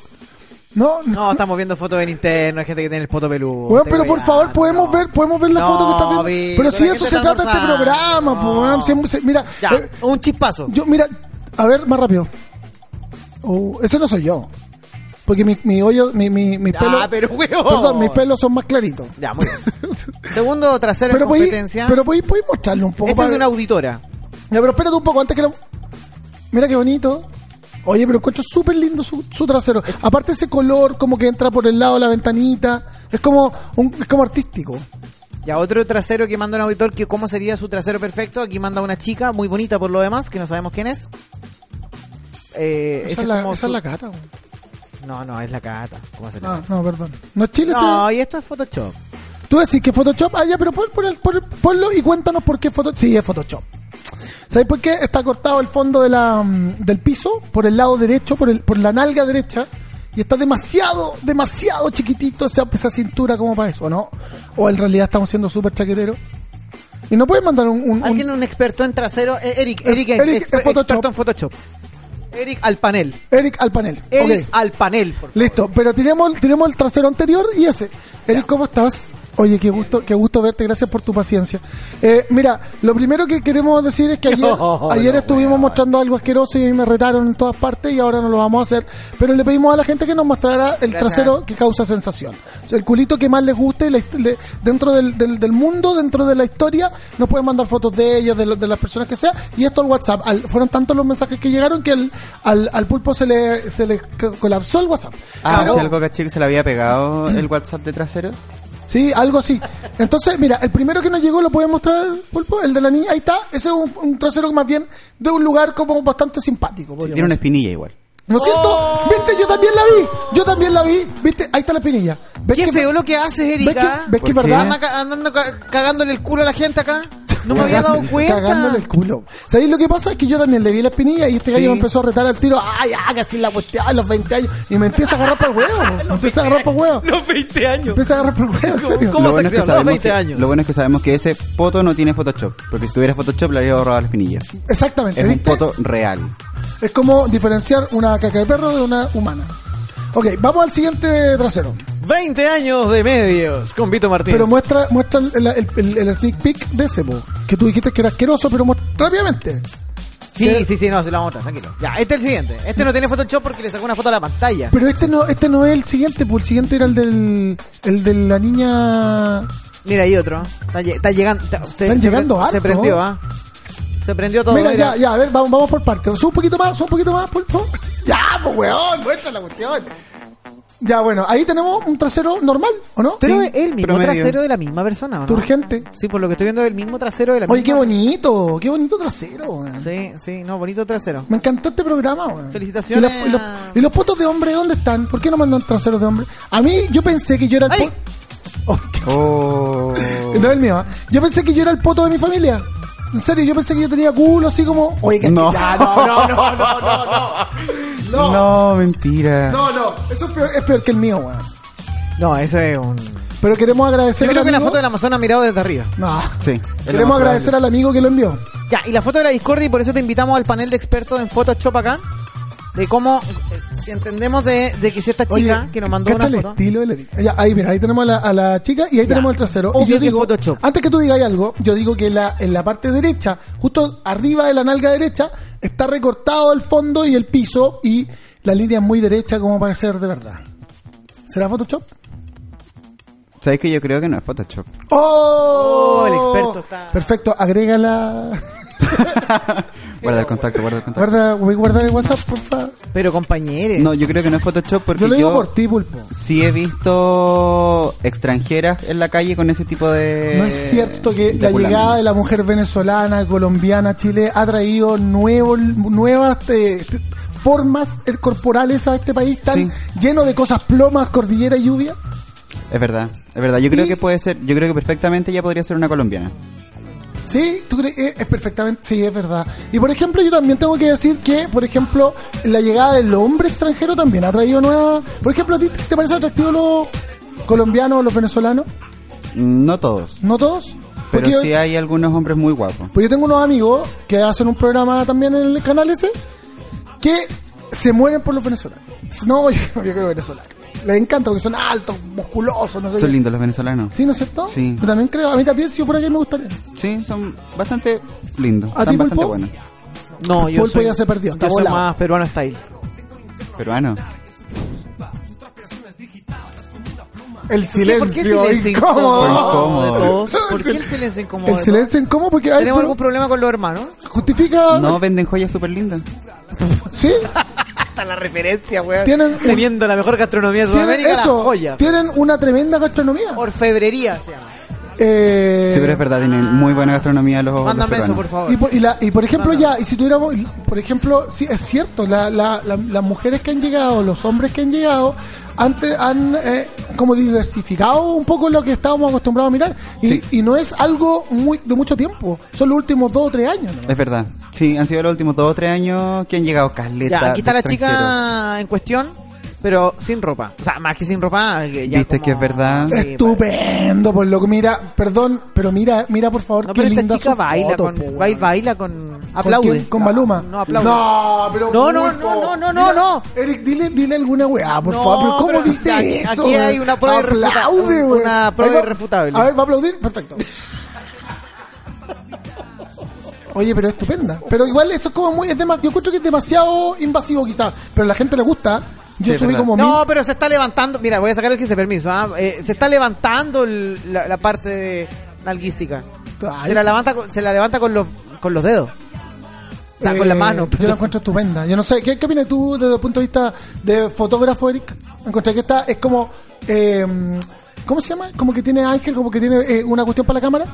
Speaker 2: No,
Speaker 3: No, estamos viendo fotos del interno, hay gente que tiene el poto peludo.
Speaker 2: Weón,
Speaker 3: Te
Speaker 2: pero por
Speaker 3: cuidando,
Speaker 2: favor, podemos
Speaker 3: no.
Speaker 2: ver, podemos ver la
Speaker 3: No,
Speaker 2: foto que estás viendo.
Speaker 3: Vic,
Speaker 2: pero si
Speaker 3: la
Speaker 2: eso
Speaker 3: gente
Speaker 2: se
Speaker 3: está
Speaker 2: trata este
Speaker 3: forzando.
Speaker 2: programa, po,
Speaker 3: No.
Speaker 2: weón. Si- si- mira,
Speaker 3: Ya,
Speaker 2: eh,
Speaker 3: un chispazo.
Speaker 2: yo, mira, a ver, más rápido. Oh, ese no soy yo. Porque mi, mi hoyo, mi, mi, mi
Speaker 3: Ah,
Speaker 2: pelo.
Speaker 3: pero, weón.
Speaker 2: Perdón, mis pelos son más claritos.
Speaker 3: Ya, muy bien. Segundo trasero
Speaker 2: Pero
Speaker 3: en
Speaker 2: podéis
Speaker 3: competencia.
Speaker 2: pero podéis- podéis mostrarlo un poco.
Speaker 3: Esta es
Speaker 2: para-
Speaker 3: de una auditora.
Speaker 2: Ya, pero espérate un poco, antes que lo... Mira qué bonito. Oye, pero encuentro súper lindo su, su trasero. Aparte ese color como que entra por el lado de la ventanita. Es como, un, es como artístico.
Speaker 3: Ya, otro trasero que manda un auditor, que ¿cómo sería su trasero perfecto? Aquí manda una chica, muy bonita por lo demás, que no sabemos quién es. Eh,
Speaker 2: Esa,
Speaker 3: ese
Speaker 2: es la,
Speaker 3: como
Speaker 2: esa es
Speaker 3: su-
Speaker 2: la cata. güey.
Speaker 3: No, no, es la cata. ¿Cómo se
Speaker 2: Ah, no, perdón. No es Chile,
Speaker 3: No, y esto es Photoshop.
Speaker 2: ese- Tú decís que Photoshop. Ah, ya, pero pon, pon el- pon el- ponlo y cuéntanos por qué Photoshop. Sí, es Photoshop. ¿Sabes por qué está cortado el fondo de la, mm, del piso? Por el lado derecho, por, el, por la nalga derecha. Y está demasiado, demasiado chiquitito esa, esa cintura como para eso, ¿no? O en realidad estamos siendo súper chaqueteros. Y no puedes mandar un... un- un-
Speaker 3: Alguien, un experto en trasero. Eh, Eric, Eric,
Speaker 2: Eric,
Speaker 3: exper-
Speaker 2: es Photoshop.
Speaker 3: experto en Photoshop. Eric al panel.
Speaker 2: Eric al panel.
Speaker 3: Eric
Speaker 2: Ok.
Speaker 3: al panel, por favor.
Speaker 2: Listo, pero tenemos, el- tenemos el trasero anterior y ese. Eric, ¿cómo estás? Oye, qué gusto, qué gusto verte, gracias por tu paciencia. Eh, mira, lo primero que queremos decir es que ayer,
Speaker 3: No,
Speaker 2: ayer
Speaker 3: no,
Speaker 2: estuvimos mostrando algo asqueroso y me retaron en todas partes y ahora no lo vamos a hacer. Pero le pedimos a la gente que nos mostrara el
Speaker 3: Gracias.
Speaker 2: trasero que causa sensación. O sea, el culito que más les guste la hist- le- dentro del, del- del mundo, dentro de la historia, nos pueden mandar fotos de ellos, de, lo- de las personas que sea. Y esto al WhatsApp. Al- fueron tantos los mensajes que llegaron que el- al, al pulpo se le, se le co- colapsó el WhatsApp.
Speaker 4: Ah,
Speaker 2: Cagó.
Speaker 4: si algo caché que se le había pegado el WhatsApp de traseros.
Speaker 2: Sí, algo así. Entonces, mira, el primero que nos llegó lo puede mostrar Pulpo, el de la niña. Ahí está, ese es un, un trasero más bien de un lugar como bastante simpático. podríamos
Speaker 4: Tiene una espinilla igual.
Speaker 2: ¿No es cierto? ¿Viste? Yo también la vi. Yo también la vi. ¿Viste? Ahí está la espinilla. ¿Ves
Speaker 3: Qué
Speaker 2: que-
Speaker 3: feo lo que haces,
Speaker 2: ¿Ves
Speaker 3: ah?
Speaker 2: que,
Speaker 3: Erika.
Speaker 2: ves que es
Speaker 4: ¿Por qué?
Speaker 2: verdad?
Speaker 3: Anda ca- andando ca- cagándole el culo a la gente acá. No me había dado
Speaker 2: Cagándole-
Speaker 3: cuenta.
Speaker 2: Cagándole el culo. ¿Sabéis lo que pasa? Es que yo también le vi la espinilla y este gallo me empezó a retar al tiro. Ay, ah, casi la cuestión a los 20 años. Y me empieza a agarrar por huevo. Me empieza a agarrar por huevo.
Speaker 3: Los 20 años.
Speaker 2: Empieza a agarrar por huevo, en serio.
Speaker 3: ¿Cómo
Speaker 4: Lo bueno, es que
Speaker 3: sección? Los
Speaker 4: sabemos
Speaker 3: 20
Speaker 4: que-
Speaker 3: años.
Speaker 4: lo bueno es que sabemos que ese poto no tiene Photoshop. Porque si tuviera Photoshop le habría borrado la espinilla.
Speaker 2: Exactamente.
Speaker 4: Es un
Speaker 2: ¿viste?
Speaker 4: poto real.
Speaker 2: Es como diferenciar una caca de perro de una humana. Ok, vamos al siguiente trasero.
Speaker 3: 20 años de medios con Vito Martínez.
Speaker 2: Pero muestra, muestra el, el- el- el sneak peek de ese, po, que tú dijiste que era asqueroso, pero muestra- rápidamente.
Speaker 3: sí, sí, sí, no, se lo vamos a mostrar, tranquilo. Ya, este es el siguiente. Este no tiene Photoshop porque le sacó una foto a la pantalla.
Speaker 2: Pero este no, este no es el siguiente, po, el siguiente era el del, el de la niña.
Speaker 3: Mira, hay otro. Está, lle- está llegando. está- se,
Speaker 2: Están
Speaker 3: se
Speaker 2: llegando
Speaker 3: pre-
Speaker 2: harto.
Speaker 3: Se prendió, ¿ah? Se prendió todo.
Speaker 2: Mira, ya,
Speaker 3: mira.
Speaker 2: ya, a ver, vamos, vamos por partes. Sube un poquito más, sube un poquito más, por favor. Ya, pues weón, muestra la cuestión. Ya, bueno, ahí tenemos un trasero normal, ¿o no?
Speaker 3: Pero
Speaker 4: Sí,
Speaker 3: es el mismo
Speaker 4: promedio.
Speaker 3: trasero de la misma persona, ¿o ¿no?
Speaker 2: Turgente.
Speaker 3: Sí, por lo que estoy viendo es el mismo trasero de la
Speaker 2: Oye, qué
Speaker 3: misma
Speaker 2: bonito, qué bonito trasero, weón.
Speaker 3: Sí, sí, no, bonito trasero.
Speaker 2: Me encantó este programa, weón.
Speaker 3: Felicitaciones.
Speaker 2: ¿Y los, y los- y los potos de hombre dónde están? ¿Por qué no mandan traseros de hombre? A mí, yo pensé que yo era el
Speaker 3: ¡Ay!
Speaker 2: poto. Oh, qué-
Speaker 4: Oh.
Speaker 2: No es el mío. ¿ah? Yo pensé que yo era el poto de mi familia. En serio, yo pensé que yo tenía culo así como. Oye, que
Speaker 4: No.
Speaker 2: Ya, no, no, no, no, no, no. No,
Speaker 4: No, mentira.
Speaker 2: no, no. Eso es peor, es peor que el mío, weón.
Speaker 3: No, eso es un.
Speaker 2: Pero queremos agradecer
Speaker 3: Yo creo
Speaker 2: al
Speaker 3: que la
Speaker 2: amigo-
Speaker 3: foto de la Amazona mirado desde arriba.
Speaker 2: No.
Speaker 4: Sí, es lo más
Speaker 2: Queremos
Speaker 4: probable.
Speaker 2: agradecer al amigo que lo envió.
Speaker 3: Ya, y la foto de la Discordia, y por eso te invitamos al panel de expertos en Photoshop acá. De cómo, eh, si entendemos de, de que si esta chica que nos mandó
Speaker 2: cacha
Speaker 3: una
Speaker 2: el
Speaker 3: foto.
Speaker 2: estilo de la Erika. Ya, ahí, mira, ahí tenemos a la, a la chica y ahí
Speaker 3: Ya.
Speaker 2: tenemos el trasero.
Speaker 3: Obvio
Speaker 2: y yo
Speaker 3: que
Speaker 2: digo,
Speaker 3: es Photoshop.
Speaker 2: antes que tú digas algo, yo digo que la, en la parte derecha, justo arriba de la nalga derecha, está recortado el fondo y el piso y la línea es muy derecha como para ser de verdad. ¿Será Photoshop?
Speaker 4: ¿Sabes que yo creo que no es Photoshop?
Speaker 2: ¡Oh!
Speaker 3: Oh, el experto está-
Speaker 2: Perfecto, agrégala.
Speaker 4: Guarda el contacto, guarda el contacto.
Speaker 2: Guarda, voy a guardar el WhatsApp, por favor.
Speaker 3: Pero compañeros.
Speaker 4: No, yo creo que no es Photoshop porque
Speaker 2: Yo
Speaker 4: yo,
Speaker 2: lo digo por ti, Pulpo.
Speaker 4: sí he visto extranjeras en la calle con ese tipo de...
Speaker 2: No es cierto que
Speaker 4: de
Speaker 2: la
Speaker 4: culando.
Speaker 2: llegada de la mujer venezolana, colombiana, a Chile ha traído nuevos, nuevas eh, t- formas eh, corporales a este país tan
Speaker 4: Sí.
Speaker 2: lleno de cosas plomas, cordillera y lluvia.
Speaker 4: Es verdad, es verdad. Yo creo que puede ser, yo creo que perfectamente ya podría ser una colombiana.
Speaker 2: Sí, tú crees, Eh, es perfectamente, sí, es verdad. Y por ejemplo, yo también tengo que decir que, por ejemplo, la llegada del hombre extranjero también ha traído nuevas. Por ejemplo, ¿a ti te parece atractivo los colombianos o los venezolanos?
Speaker 4: No todos,
Speaker 2: ¿No todos?
Speaker 4: pero
Speaker 2: Porque yo-
Speaker 4: sí hay algunos hombres muy guapos.
Speaker 2: Pues yo tengo unos amigos que hacen un programa también en el canal ese que se mueren por los venezolanos. No, yo, yo quiero venezolanos. Les encanta porque son altos, musculosos, no sé.
Speaker 4: Son
Speaker 2: qué.
Speaker 4: lindos los venezolanos.
Speaker 2: Sí, ¿no es cierto?
Speaker 4: Sí.
Speaker 2: Yo también creo, a mí también si yo fuera gay me gustaría.
Speaker 4: Sí, son bastante lindos,
Speaker 2: ¿A
Speaker 4: son
Speaker 2: ti,
Speaker 4: bastante
Speaker 2: Pulpo?
Speaker 4: buenos.
Speaker 3: No, yo
Speaker 2: Pulpo
Speaker 3: soy,
Speaker 2: ya se perdió, está
Speaker 3: Yo soy
Speaker 2: volado.
Speaker 3: más peruano style.
Speaker 4: Peruano.
Speaker 2: El
Speaker 3: ¿Por qué silencio incómodo?
Speaker 4: incómodo.
Speaker 3: de todos? ¿Por qué el silencio incómodo?
Speaker 2: El silencio incómodo porque hay,
Speaker 3: ¿Tenemos algún problema con los hermanos? Ah,
Speaker 2: justifica
Speaker 4: No venden joyas súper lindas.
Speaker 2: sí,
Speaker 3: Hasta la referencia, weón.
Speaker 2: Tienen un-
Speaker 3: Teniendo la mejor gastronomía de
Speaker 2: tienen
Speaker 3: Sudamérica, la
Speaker 2: eso,
Speaker 3: joya.
Speaker 2: tienen una tremenda gastronomía.
Speaker 3: Orfebrería se llama.
Speaker 2: Eh,
Speaker 4: Sí, pero es verdad, tienen muy buena gastronomía los, los
Speaker 3: Ah. Mándame eso,
Speaker 4: peruanos.
Speaker 3: por favor.
Speaker 2: Y por, y la- y por ejemplo, ya, y si tuviéramos, y por ejemplo, sí, es cierto, la- la- la- las mujeres que han llegado, los hombres que han llegado, antes han eh, como diversificado un poco lo que estábamos acostumbrados a mirar. Y,
Speaker 4: Sí.
Speaker 2: y no es algo muy de mucho tiempo, son los últimos dos o tres años. ¿no?
Speaker 4: Es verdad. Sí, han sido los últimos dos o tres años que han llegado
Speaker 3: Ya,
Speaker 4: Carleta.
Speaker 3: aquí está
Speaker 4: de
Speaker 3: la chica en cuestión, pero sin ropa. O sea, más que sin ropa. que ya
Speaker 4: Viste que es verdad.
Speaker 3: Sí, pues. bueno.
Speaker 2: Estupendo, por lo que mira, perdón, pero mira, mira por favor,
Speaker 3: No,
Speaker 2: qué
Speaker 3: pero esta
Speaker 2: linda
Speaker 3: chica
Speaker 2: su
Speaker 3: baila,
Speaker 2: foto,
Speaker 3: con,
Speaker 2: po, weón.
Speaker 3: baila, baila con.
Speaker 2: ¿Con
Speaker 3: Aplaude.
Speaker 2: quién? ¿Con Maluma?
Speaker 3: No, aplaude.
Speaker 2: No, pero.
Speaker 3: No, no,
Speaker 2: Pulpo.
Speaker 3: no, no, no, no,
Speaker 2: Mira,
Speaker 3: no.
Speaker 2: Eric, dile, dile alguna weá, por
Speaker 3: No,
Speaker 2: favor. Pero ¿cómo
Speaker 3: pero
Speaker 2: dice
Speaker 3: aquí-
Speaker 2: eso?
Speaker 3: aquí hay
Speaker 2: weón?
Speaker 3: una prueba irrefuta-
Speaker 2: Aplaude,
Speaker 3: un-
Speaker 2: weón.
Speaker 3: una prueba
Speaker 2: Ahí va-
Speaker 3: irrefutable.
Speaker 2: A ver, ¿va a aplaudir? Perfecto. Oye, pero estupenda. Pero igual eso es como muy. Es dema- yo encuentro que es demasiado invasivo, quizás. Pero a la gente le gusta. Yo
Speaker 4: Sí,
Speaker 2: subí
Speaker 4: verdad.
Speaker 2: como mil.
Speaker 3: No, pero se está levantando. Mira, voy a sacar el que se permiso. ah, eh, se está levantando el- la, la parte de- nalguística.
Speaker 2: Ay,
Speaker 3: Se la levanta, con- se la levanta con, los, con los dedos. O sea, con la
Speaker 2: eh,
Speaker 3: mano.
Speaker 2: Yo la encuentro estupenda. Yo no sé, ¿qué, qué opinas tú desde el punto de vista de fotógrafo, Eric? Encontré que esta es como. eh, ¿Cómo se llama? Como que tiene ángel, como que tiene eh, una cuestión para la cámara.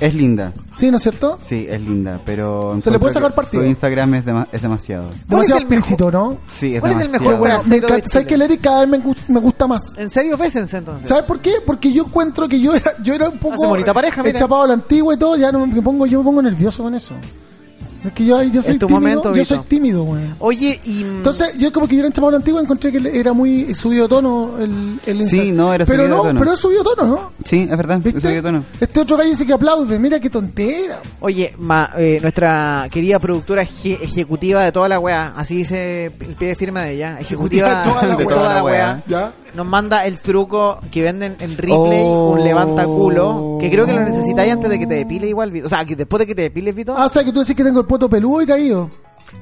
Speaker 4: Es linda.
Speaker 2: Sí, ¿no es cierto?
Speaker 4: Sí, es linda, pero...
Speaker 2: Se le puede
Speaker 4: encuentro
Speaker 2: sacar
Speaker 4: que
Speaker 2: partido.
Speaker 4: Su Instagram es, dema- es demasiado.
Speaker 3: ¿Cuál es
Speaker 2: Demasiado
Speaker 3: el mejor-
Speaker 2: explícito, ¿no?
Speaker 4: Sí, es
Speaker 3: ¿Cuál es el
Speaker 4: demasiado.
Speaker 3: mejor
Speaker 2: Bueno,
Speaker 3: Trasero
Speaker 2: me
Speaker 3: de
Speaker 2: encanta.
Speaker 3: Chile.
Speaker 2: ¿Sabes que el Eric cada vez me, gus- me gusta más?
Speaker 3: ¿En serio, Fésense entonces?
Speaker 2: ¿Sabes por qué? Porque yo encuentro que yo era, yo era un poco.
Speaker 3: Hace bonita pareja, mira.
Speaker 2: Chapado a la antigua y todo, ya no me pongo, yo me pongo nervioso con eso. Es que yo, yo soy
Speaker 3: Es tu
Speaker 2: tímido.
Speaker 3: momento,
Speaker 2: yo
Speaker 3: Vito.
Speaker 2: soy tímido, güey.
Speaker 3: Oye, y. mm,
Speaker 2: Entonces, yo como que yo era un chapado antiguo encontré que le- era muy subido de tono el, el
Speaker 4: Sí,
Speaker 2: Insta.
Speaker 4: no, era
Speaker 2: pero
Speaker 4: subido de
Speaker 2: no,
Speaker 4: tono.
Speaker 2: Pero es subido de tono, ¿no?
Speaker 4: Sí, es verdad.
Speaker 2: ¿Viste?
Speaker 4: Eso que tono.
Speaker 2: Este otro gallo sí que aplaude, mira qué tontera.
Speaker 3: Oye, ma- eh, nuestra querida productora eje- ejecutiva de toda la weá, así dice el pie de firma de ella, ejecutiva de toda la,
Speaker 4: de
Speaker 3: weá,
Speaker 4: toda la weá.
Speaker 2: ¿Ya?
Speaker 3: nos manda el truco que venden en Ripley, un levanta culo, que creo que lo necesitáis antes de que te depiles igual, Vito. o sea, que después de que te depiles, Vito.
Speaker 2: Ah, o sea que tú decís que tengo el poto peludo y caído.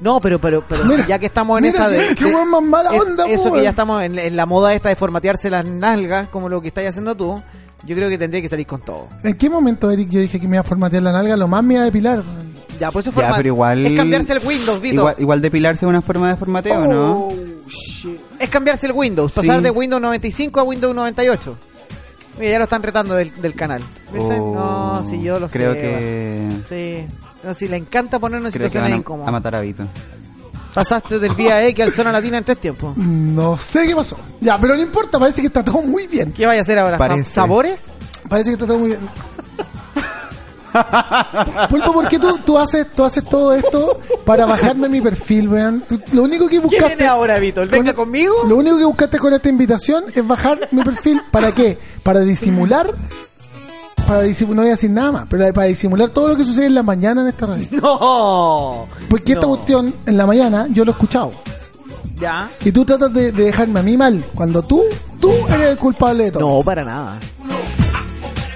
Speaker 3: No, pero, pero, pero
Speaker 2: Mira,
Speaker 3: ya que estamos en
Speaker 2: mira,
Speaker 3: esa de.
Speaker 2: qué
Speaker 3: de-
Speaker 2: weón más mala
Speaker 3: es-
Speaker 2: onda, pues.
Speaker 3: Eso
Speaker 2: weón.
Speaker 3: que ya estamos en, en la moda esta de formatearse las nalgas, como lo que estáis haciendo tú, yo creo que tendría que salir con todo.
Speaker 2: ¿En qué momento, Eric, yo dije que me iba a formatear la nalga? Lo más me iba a depilar.
Speaker 3: Ya, pues eso
Speaker 4: Ya,
Speaker 3: forma-
Speaker 4: pero igual...
Speaker 3: es cambiarse el Windows, Vito. Oh,
Speaker 4: Igual, igual depilarse es una forma de formateo, ¿no?
Speaker 2: Oh,
Speaker 3: es cambiarse el Windows,
Speaker 4: Sí.
Speaker 3: pasar de Windows 95 a Windows 98. Mira, ya lo están retando del, del canal. ¿Viste?
Speaker 4: Oh,
Speaker 3: no, si yo lo
Speaker 4: creo
Speaker 3: sé.
Speaker 4: que-
Speaker 3: va. Sí. No, si le encanta ponernos en
Speaker 4: Creo que van
Speaker 3: situaciones
Speaker 4: a,
Speaker 3: incómodas.
Speaker 4: a matar a Vito.
Speaker 3: Pasaste del Vía X al Zona Latina en tres tiempos.
Speaker 2: No sé qué pasó. Ya, pero no importa, parece que está todo muy bien.
Speaker 3: ¿Qué vaya a hacer ahora? ¿Sa-
Speaker 4: Parece.
Speaker 3: ¿Sabores?
Speaker 2: Parece que está todo muy bien. Pulpo, ¿por qué tú, tú, haces, tú haces todo esto para bajarme mi perfil, weón? Tú- Lo único que buscaste...
Speaker 3: Vito? ¿El
Speaker 2: con- Lo único que buscaste con esta invitación es bajar mi perfil. ¿Para qué? Para disimular... Para disimular, no voy a decir nada más, pero para disimular todo lo que sucede en la mañana en esta radio.
Speaker 3: No.
Speaker 2: Porque esta
Speaker 3: No.
Speaker 2: cuestión, en la mañana, yo lo he escuchado.
Speaker 3: ¿Ya?
Speaker 2: Y tú tratas de, de dejarme a mí mal, cuando tú, tú eres el culpable de todo.
Speaker 3: No, para nada.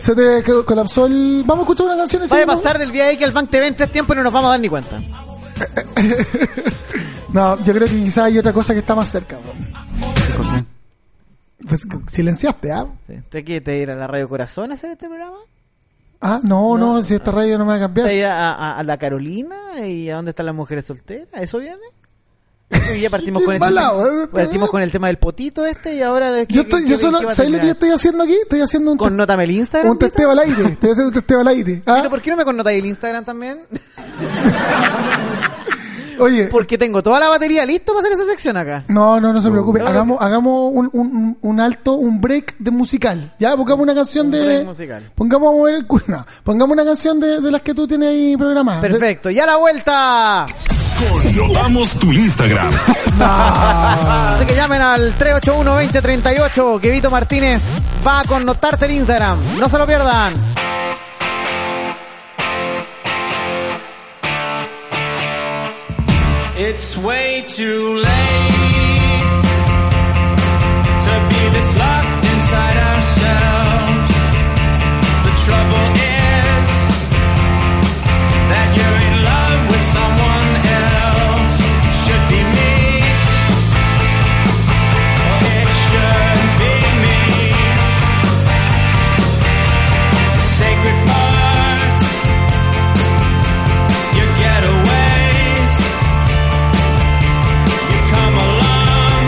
Speaker 2: Se te co- colapsó el... Vamos a escuchar una canción. y
Speaker 3: Vaya a
Speaker 2: seguimos.
Speaker 3: pasar del Vía X al Bank TV en tres tiempos y no nos vamos a dar ni cuenta.
Speaker 2: No, yo creo que quizás hay otra cosa que está más cerca. weón.
Speaker 4: ¿Qué cosa?
Speaker 2: Pues silenciaste, ¿ah?
Speaker 3: ¿Te quiere ir a la Radio Corazón a hacer este programa?
Speaker 2: Ah, no, no,
Speaker 3: No,
Speaker 2: si esta radio no me va a cambiar.
Speaker 3: ¿Está ahí a, a- a la Carolina? ¿Y a dónde están las mujeres solteras? ¿Eso viene? Y ya partimos con el
Speaker 2: Mal
Speaker 3: tema,
Speaker 2: lado, ¿eh?
Speaker 3: partimos con el tema del potito este y ahora... de-
Speaker 2: Yo
Speaker 3: ¿qué-
Speaker 2: estoy,
Speaker 3: qué-
Speaker 2: yo
Speaker 3: qué-
Speaker 2: solo,
Speaker 3: qué va a
Speaker 2: ¿sabes lo que yo
Speaker 3: terminar?
Speaker 2: estoy haciendo aquí? Estoy haciendo un, te-
Speaker 3: ¿Connótame el Instagram?
Speaker 2: un testeo al aire. Estoy haciendo un testeo al aire. Ah,
Speaker 3: Pero ¿por qué no me connotáis el Instagram también?
Speaker 2: Oye,
Speaker 3: Porque tengo toda la batería listo para hacer esa sección acá.
Speaker 2: no, no, no se preocupe.
Speaker 3: No,
Speaker 2: hagamos hagamos un, un, un alto, un break de musical. Ya, pongamos una canción
Speaker 3: Un
Speaker 2: de.
Speaker 3: break musical.
Speaker 2: Pongamos, a mover el cu- no, pongamos una canción de, de las que tú tienes ahí programada. De-
Speaker 3: Perfecto, ya la vuelta.
Speaker 5: Notamos tu Instagram.
Speaker 2: Ah.
Speaker 3: Así que llamen al 381-2038 que Vito Martínez va a connotarte el Instagram. No se lo pierdan.
Speaker 6: It's way too late to be this locked inside ourselves. The trouble is that you're in love with someone else. Should be me. Oh, it should be me. Sacred parts, your getaways. You come along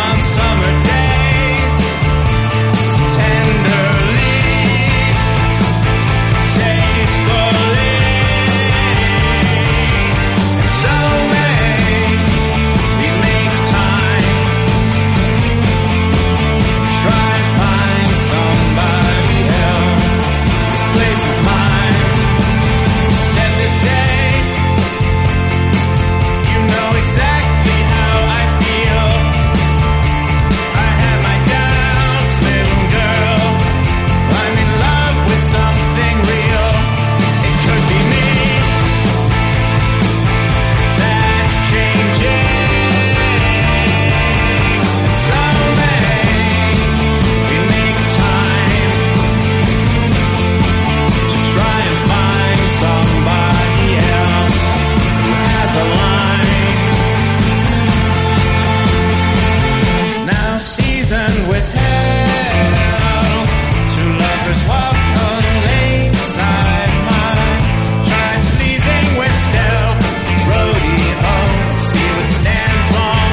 Speaker 6: on summer days, tenderly, tastefully. So may we make time. Try find somebody else. This place is mine. Let the day you know exactly how I feel. I had my doubts, little girl. I'm in love with something real. It could be me. That's changing. So may we make time to try and find somebody else has a line. Now seasoned with hell, two lovers walk on lane side mine. Try pleasing with stealth, rodeo, see what stands long,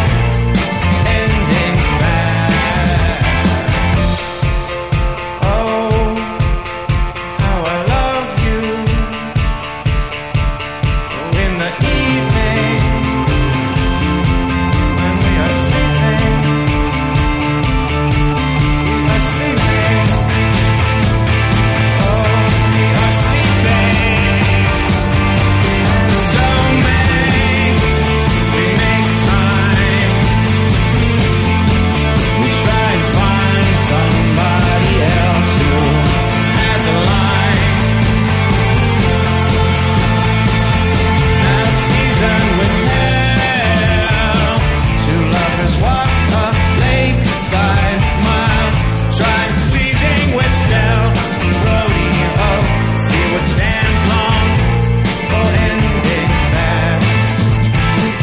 Speaker 6: ending fast. Oh, how I love you in the evening when we are sleeping. We are sleeping. Oh, we are sleeping. And so may we make time. We try and find somebody else who has a line. season with hell. Two lovers walk a lakeside mile, try pleasing with stealth. Rodeo, see what stands long, or ending fast.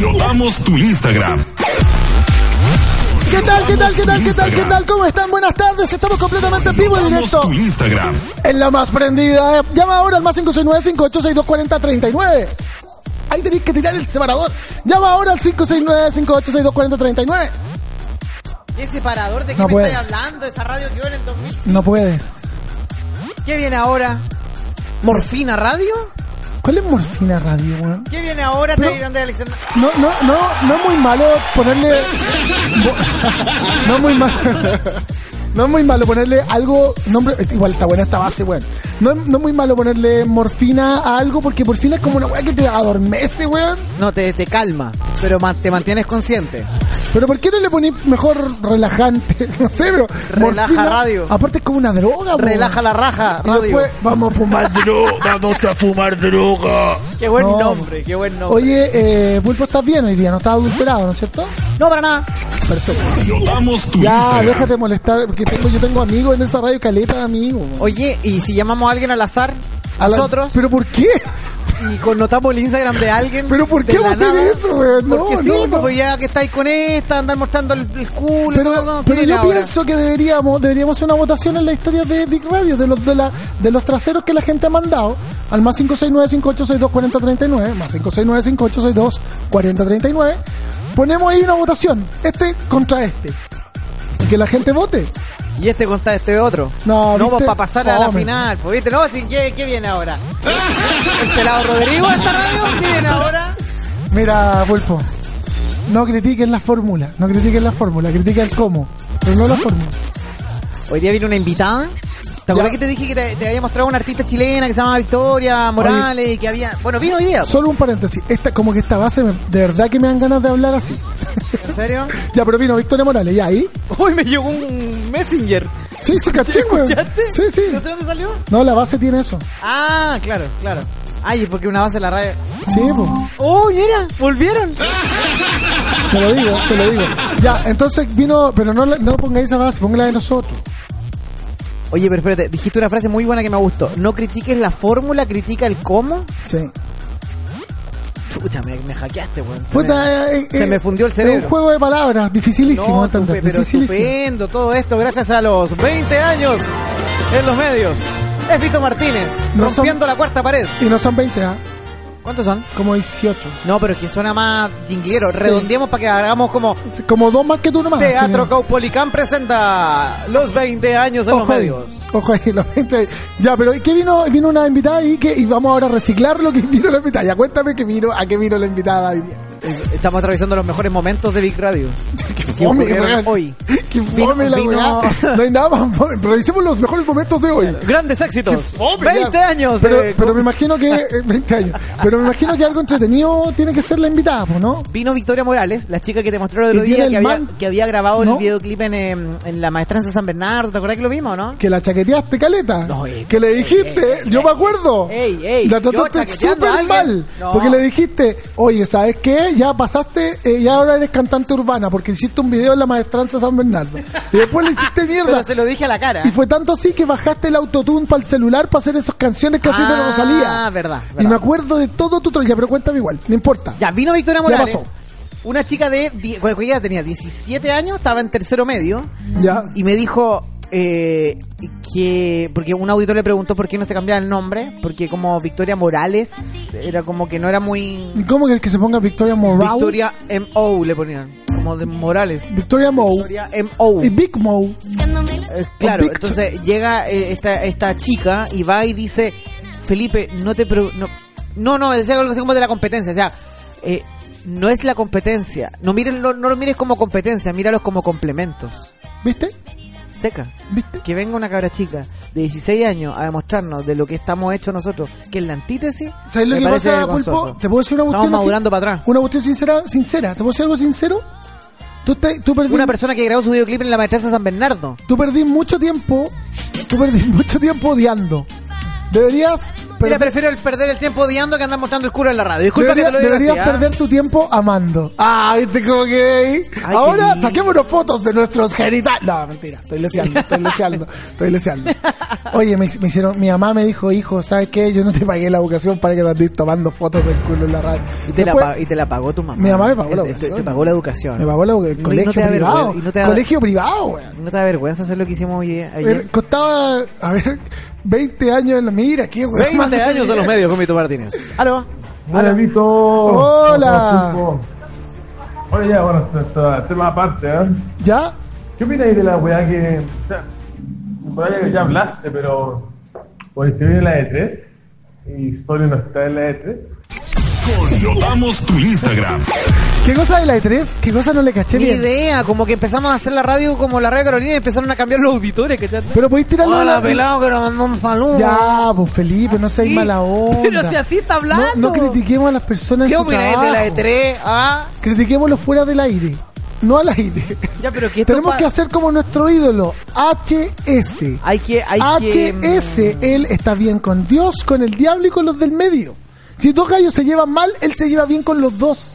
Speaker 5: Notamos tu Instagram.
Speaker 2: ¿Qué tal, qué tal, qué tal, qué tal, qué tal?
Speaker 5: Instagram.
Speaker 2: ¿Cómo están? Buenas tardes, estamos completamente en vivo y
Speaker 5: Notamos
Speaker 2: directo
Speaker 5: tu Instagram.
Speaker 2: en la más prendida. eh. Llama ahora al más 569-5862-4039. Ahí tenéis que tirar el separador. Llama ahora al 569-5862-4039.
Speaker 3: ¿Qué separador? ¿De qué
Speaker 2: No
Speaker 3: me
Speaker 2: puedes.
Speaker 3: estáis hablando? Esa radio que en el 2000.
Speaker 2: No puedes.
Speaker 3: ¿Qué viene ahora? ¿Morfina Radio?
Speaker 2: ¿Cuál es Morfina Radio, weón?
Speaker 3: ¿Qué viene ahora?
Speaker 2: Pero-
Speaker 3: Te dirán de Alexander.
Speaker 2: No, no, no, no es muy malo ponerle. No es muy malo. No es muy malo ponerle algo. Nombre, es igual está buena esta base, weón. No, es- no es muy malo ponerle morfina a algo porque morfina es como una weá que te adormece, weón.
Speaker 3: No, te, te calma, pero man- te mantienes consciente.
Speaker 2: Pero ¿por qué no le poní mejor relajante? No sé, pero.
Speaker 3: Relaja radio.
Speaker 2: Aparte es como una droga, po.
Speaker 3: Relaja la raja,
Speaker 2: Y
Speaker 3: radio.
Speaker 2: después vamos a fumar droga.
Speaker 7: Vamos a fumar droga.
Speaker 3: Qué buen
Speaker 2: No.
Speaker 3: nombre, qué buen nombre.
Speaker 2: Oye, eh, Pulpo, estás bien hoy día, no estás adulterado, ¿no es cierto?
Speaker 3: No, para nada.
Speaker 5: Notamos tu
Speaker 2: Ya,
Speaker 5: Instagram.
Speaker 2: déjate molestar, porque tengo, yo tengo amigos en esa radio caleta, amigos.
Speaker 3: Oye, y si llamamos a alguien al azar,
Speaker 2: A la-
Speaker 3: nosotros,
Speaker 2: ¿Pero por qué?
Speaker 3: y connotamos el Instagram de alguien.
Speaker 2: ¿Pero por
Speaker 3: de
Speaker 2: qué
Speaker 3: la
Speaker 2: vamos a hacer
Speaker 3: nada,
Speaker 2: eso, weón? No,
Speaker 3: Porque sí,
Speaker 2: no, no.
Speaker 3: pues ya que estáis con esta, andar mostrando el, el culo. y todo,
Speaker 2: Pero,
Speaker 3: no,
Speaker 2: pero
Speaker 3: tiene
Speaker 2: yo
Speaker 3: la hora.
Speaker 2: pienso que deberíamos deberíamos hacer una votación en la historia de Big Radio, de los de, la, de los traseros que la gente ha mandado, al más 569-5862-4039, más 569-5862-4039. Ponemos ahí una votación, este contra este. Y que la gente vote.
Speaker 3: Y este consta este otro.
Speaker 2: No, ¿viste?
Speaker 3: pues para pasar a la
Speaker 2: Fome.
Speaker 3: final. Pues viste, no, si, ¿qué, ¿qué viene ahora? ¿El pelado Rodrigo de esta radio? ¿Qué viene ahora?
Speaker 2: Mira, Pulpo, no critiquen la fórmula, no critiquen la fórmula, critiquen el cómo, pero no la fórmula.
Speaker 3: Hoy día viene una invitada. ¿Te acuerdas que te dije que te, te había mostrado una artista chilena que se llama Victoria Morales y que había. Bueno, vino hoy día.
Speaker 2: Solo un paréntesis, esta, como que esta base, me- de verdad que me dan ganas de hablar así.
Speaker 3: ¿En serio?
Speaker 2: ya, pero vino Victoria Morales, ya ahí.
Speaker 3: Hoy me llegó un Messenger.
Speaker 2: Sí, sí, caché, güey.
Speaker 3: ¿Escuchaste?
Speaker 2: Sí, sí.
Speaker 3: ¿No sé dónde salió?
Speaker 2: No, la base tiene eso.
Speaker 3: Ah, claro, claro. Ay, porque una base de la radio.
Speaker 2: Sí, pues.
Speaker 3: ¡Oh, mira! ¡Volvieron!
Speaker 2: Te lo digo, te lo digo. Ya, entonces vino, pero no, la- no pongáis esa base, póngala de nosotros.
Speaker 3: Oye, pero espérate, dijiste una frase muy buena que me gustó. No critiques la fórmula, critica el cómo.
Speaker 2: Sí.
Speaker 3: Chucha, me, me hackeaste, weón. Se me-
Speaker 2: Puta, eh, eh,
Speaker 3: se me fundió el
Speaker 2: es
Speaker 3: cerebro.
Speaker 2: un juego de palabras, dificilísimo,
Speaker 3: No,
Speaker 2: entender,
Speaker 3: estupe- pero
Speaker 2: dificilísimo.
Speaker 3: estupendo todo esto gracias a los 20 años en los medios. Es Vito Martínez,
Speaker 2: No son-
Speaker 3: rompiendo la cuarta pared.
Speaker 2: Y no son 20, ¿ah?
Speaker 3: ¿Cuántos son?
Speaker 2: Como 18.
Speaker 3: No, pero es que suena más jinguero.
Speaker 2: Sí. Ah,
Speaker 3: Redondeemos para que hagamos como
Speaker 2: Es Como dos más que tú nomás.
Speaker 3: Teatro
Speaker 2: así que-
Speaker 3: Caupolicán presenta los 20 años en los
Speaker 2: Ojo ahí,
Speaker 3: medios.
Speaker 2: ojo ahí, los 20. Ya, pero ¿y ¿qué vino? Vino una invitada y que y vamos ahora a reciclar lo que vino la invitada. Ya, cuéntame qué vino, a qué vino la invitada hoy día.
Speaker 3: Es- Estamos atravesando los mejores momentos de Big Radio.
Speaker 2: Qué
Speaker 3: fome,
Speaker 2: fome,
Speaker 3: weón.
Speaker 2: hoy. Qué fome
Speaker 3: Vino-
Speaker 2: la
Speaker 3: vino-
Speaker 2: weá. No hay nada más fome. Revisemos los mejores momentos de hoy.
Speaker 3: Grandes éxitos.
Speaker 2: Fome,
Speaker 3: 20
Speaker 2: ya.
Speaker 3: años
Speaker 2: Pero,
Speaker 3: de...
Speaker 2: pero me imagino que. eh, 20 años. Pero me imagino que algo entretenido tiene que ser la invitada, pues, ¿no?
Speaker 3: Vino Victoria Morales, la chica que te mostró el otro
Speaker 2: Y tiene
Speaker 3: día
Speaker 2: el
Speaker 3: que había,
Speaker 2: man-
Speaker 3: que había grabado
Speaker 2: ¿No?
Speaker 3: el videoclip en, em, en la maestranza San Bernardo. ¿Te acuerdas que lo vimos, no?
Speaker 2: Que la chaqueteaste, caleta.
Speaker 3: No, eh,
Speaker 2: que le dijiste,
Speaker 3: eh, eh,
Speaker 2: yo
Speaker 3: eh,
Speaker 2: me acuerdo.
Speaker 3: ey, ey,
Speaker 2: la
Speaker 3: yo
Speaker 2: trataste
Speaker 3: chaqueteando
Speaker 2: súper
Speaker 3: a alguien.
Speaker 2: mal.
Speaker 3: No.
Speaker 2: Porque le dijiste, oye, ¿sabes qué? Ya pasaste, eh, ya ahora eres cantante urbana. Porque hiciste un video en la maestranza San Bernardo. Y después le hiciste mierda.
Speaker 3: Pero se lo dije a la cara.
Speaker 2: Y fue tanto así que bajaste el autotune para el celular para hacer esas canciones que así
Speaker 3: Ah,
Speaker 2: pero no salía.
Speaker 3: verdad,
Speaker 2: Y
Speaker 3: verdad.
Speaker 2: me acuerdo de todo tu troya, pero cuéntame igual, no importa.
Speaker 3: Ya, vino Victoria Morales.
Speaker 2: pasó.
Speaker 3: Una chica de... die- cuando ella tenía 17 años, estaba en tercero medio.
Speaker 2: Ya.
Speaker 3: Y me dijo eh, que... Porque un auditor le preguntó por qué no se cambiaba el nombre. Porque como Victoria Morales, era como que no era muy...
Speaker 2: ¿Y cómo querés que se ponga Victoria Morales?
Speaker 3: Victoria M.O. le ponían. Como de Morales.
Speaker 2: Victoria Moe.
Speaker 3: Victoria M.O.
Speaker 2: Y Big Moe.
Speaker 3: Eh, Claro,
Speaker 2: Big
Speaker 3: entonces llega eh, esta, esta chica y va y dice, Felipe, no te... preo- No, no, no, decía algo así como de la competencia, o sea, eh, no es la competencia, no, miren, no, no lo mires como competencia, míralos como complementos.
Speaker 2: ¿Viste?
Speaker 3: Seca.
Speaker 2: ¿Viste?
Speaker 3: Que venga una cabra chica de 16 años a demostrarnos de lo que estamos hechos nosotros, que es la antítesis.
Speaker 2: ¿Sabes lo
Speaker 3: me
Speaker 2: que
Speaker 3: parece
Speaker 2: pasa,
Speaker 3: vergonzoso.
Speaker 2: Pulpo? Te puedo decir una cuestión.
Speaker 3: Estamos
Speaker 2: así-
Speaker 3: madurando para atrás.
Speaker 2: Una cuestión sincera, sincera. ¿Te puedo decir algo sincero? Tú, te- tú perdí,
Speaker 3: Una persona que grabó su videoclip en la maestranza San Bernardo.
Speaker 2: tú perdí mucho tiempo. Tú perdí mucho tiempo odiando. Deberías.
Speaker 3: Mira,
Speaker 2: perder-
Speaker 3: prefiero el perder el tiempo odiando que andar mostrando el culo en la radio. Disculpa
Speaker 2: Debería-
Speaker 3: que te lo diga
Speaker 2: deberías
Speaker 3: así, ¿ah?
Speaker 2: perder tu tiempo amando. Ah, viste como que
Speaker 3: Ay, qué
Speaker 2: Ahora
Speaker 3: lindo.
Speaker 2: saquémonos fotos de nuestros genitales. No, mentira, estoy leseando, estoy leseando, estoy leseando. Oye, me, me hicieron, mi mamá me dijo, hijo, ¿sabes qué? Yo no te pagué la vocación para que te andes tomando fotos del culo en la radio.
Speaker 3: Y te, la,
Speaker 2: Después,
Speaker 3: pa- y te la pagó tu mamá.
Speaker 2: Mi mamá me pagó la
Speaker 3: Te-
Speaker 2: educación.
Speaker 3: Te, pagó la educación.
Speaker 2: me pagó la-
Speaker 3: Y
Speaker 2: el
Speaker 3: no
Speaker 2: colegio
Speaker 3: te da
Speaker 2: privado.
Speaker 3: vergüenza- y no te da-
Speaker 2: colegio privado, weón.
Speaker 3: ¿No te da vergüenza hacer lo que hicimos hoy día-
Speaker 2: Eh,
Speaker 3: ayer?
Speaker 2: Costaba, a ver, 20 años en los... Mira, qué weón. más de-
Speaker 3: medios con Vito Martínez. ¿Aló?
Speaker 8: Hola, Vito.
Speaker 2: Hola.
Speaker 8: ¿Cómo estás, Pulpo? Oye, ya, bueno, esto, esto- tema aparte, ¿eh?
Speaker 2: ¿Ya?
Speaker 8: ¿Qué opináis de la weá que. O sea, por ahí ya hablaste, pero. Hoy se viene la E3 y Sony no está en la E E3.
Speaker 5: Notamos tu Instagram.
Speaker 2: ¿Qué cosa de la E3? ¿Qué cosa no le caché
Speaker 3: Ni
Speaker 2: bien?
Speaker 3: idea, como que empezamos a hacer la radio como la radio Carolina y empezaron a cambiar los auditores, ¿cachai?
Speaker 2: Pero podéis tirarlo a
Speaker 3: Hola,
Speaker 2: la-
Speaker 3: pelado, que nos mandó un saludo.
Speaker 2: Ya, pues Felipe, no seas
Speaker 3: Sí,
Speaker 2: mala onda.
Speaker 3: pero si así está hablando.
Speaker 2: No, no critiquemos a las personas en
Speaker 3: ¿Qué
Speaker 2: su
Speaker 3: opináis de E
Speaker 2: trabajo.
Speaker 3: la E3? Ah,
Speaker 2: Critiquémoslo fuera del aire. no al aire.
Speaker 3: Ya, pero que esto
Speaker 2: Tenemos
Speaker 3: pa-
Speaker 2: que hacer como nuestro ídolo, HS.
Speaker 3: Hay que. Hay que, mm,
Speaker 2: HS, él está bien con Dios, con el diablo y con los del medio. Si dos gallos se llevan mal, él se lleva bien con los dos.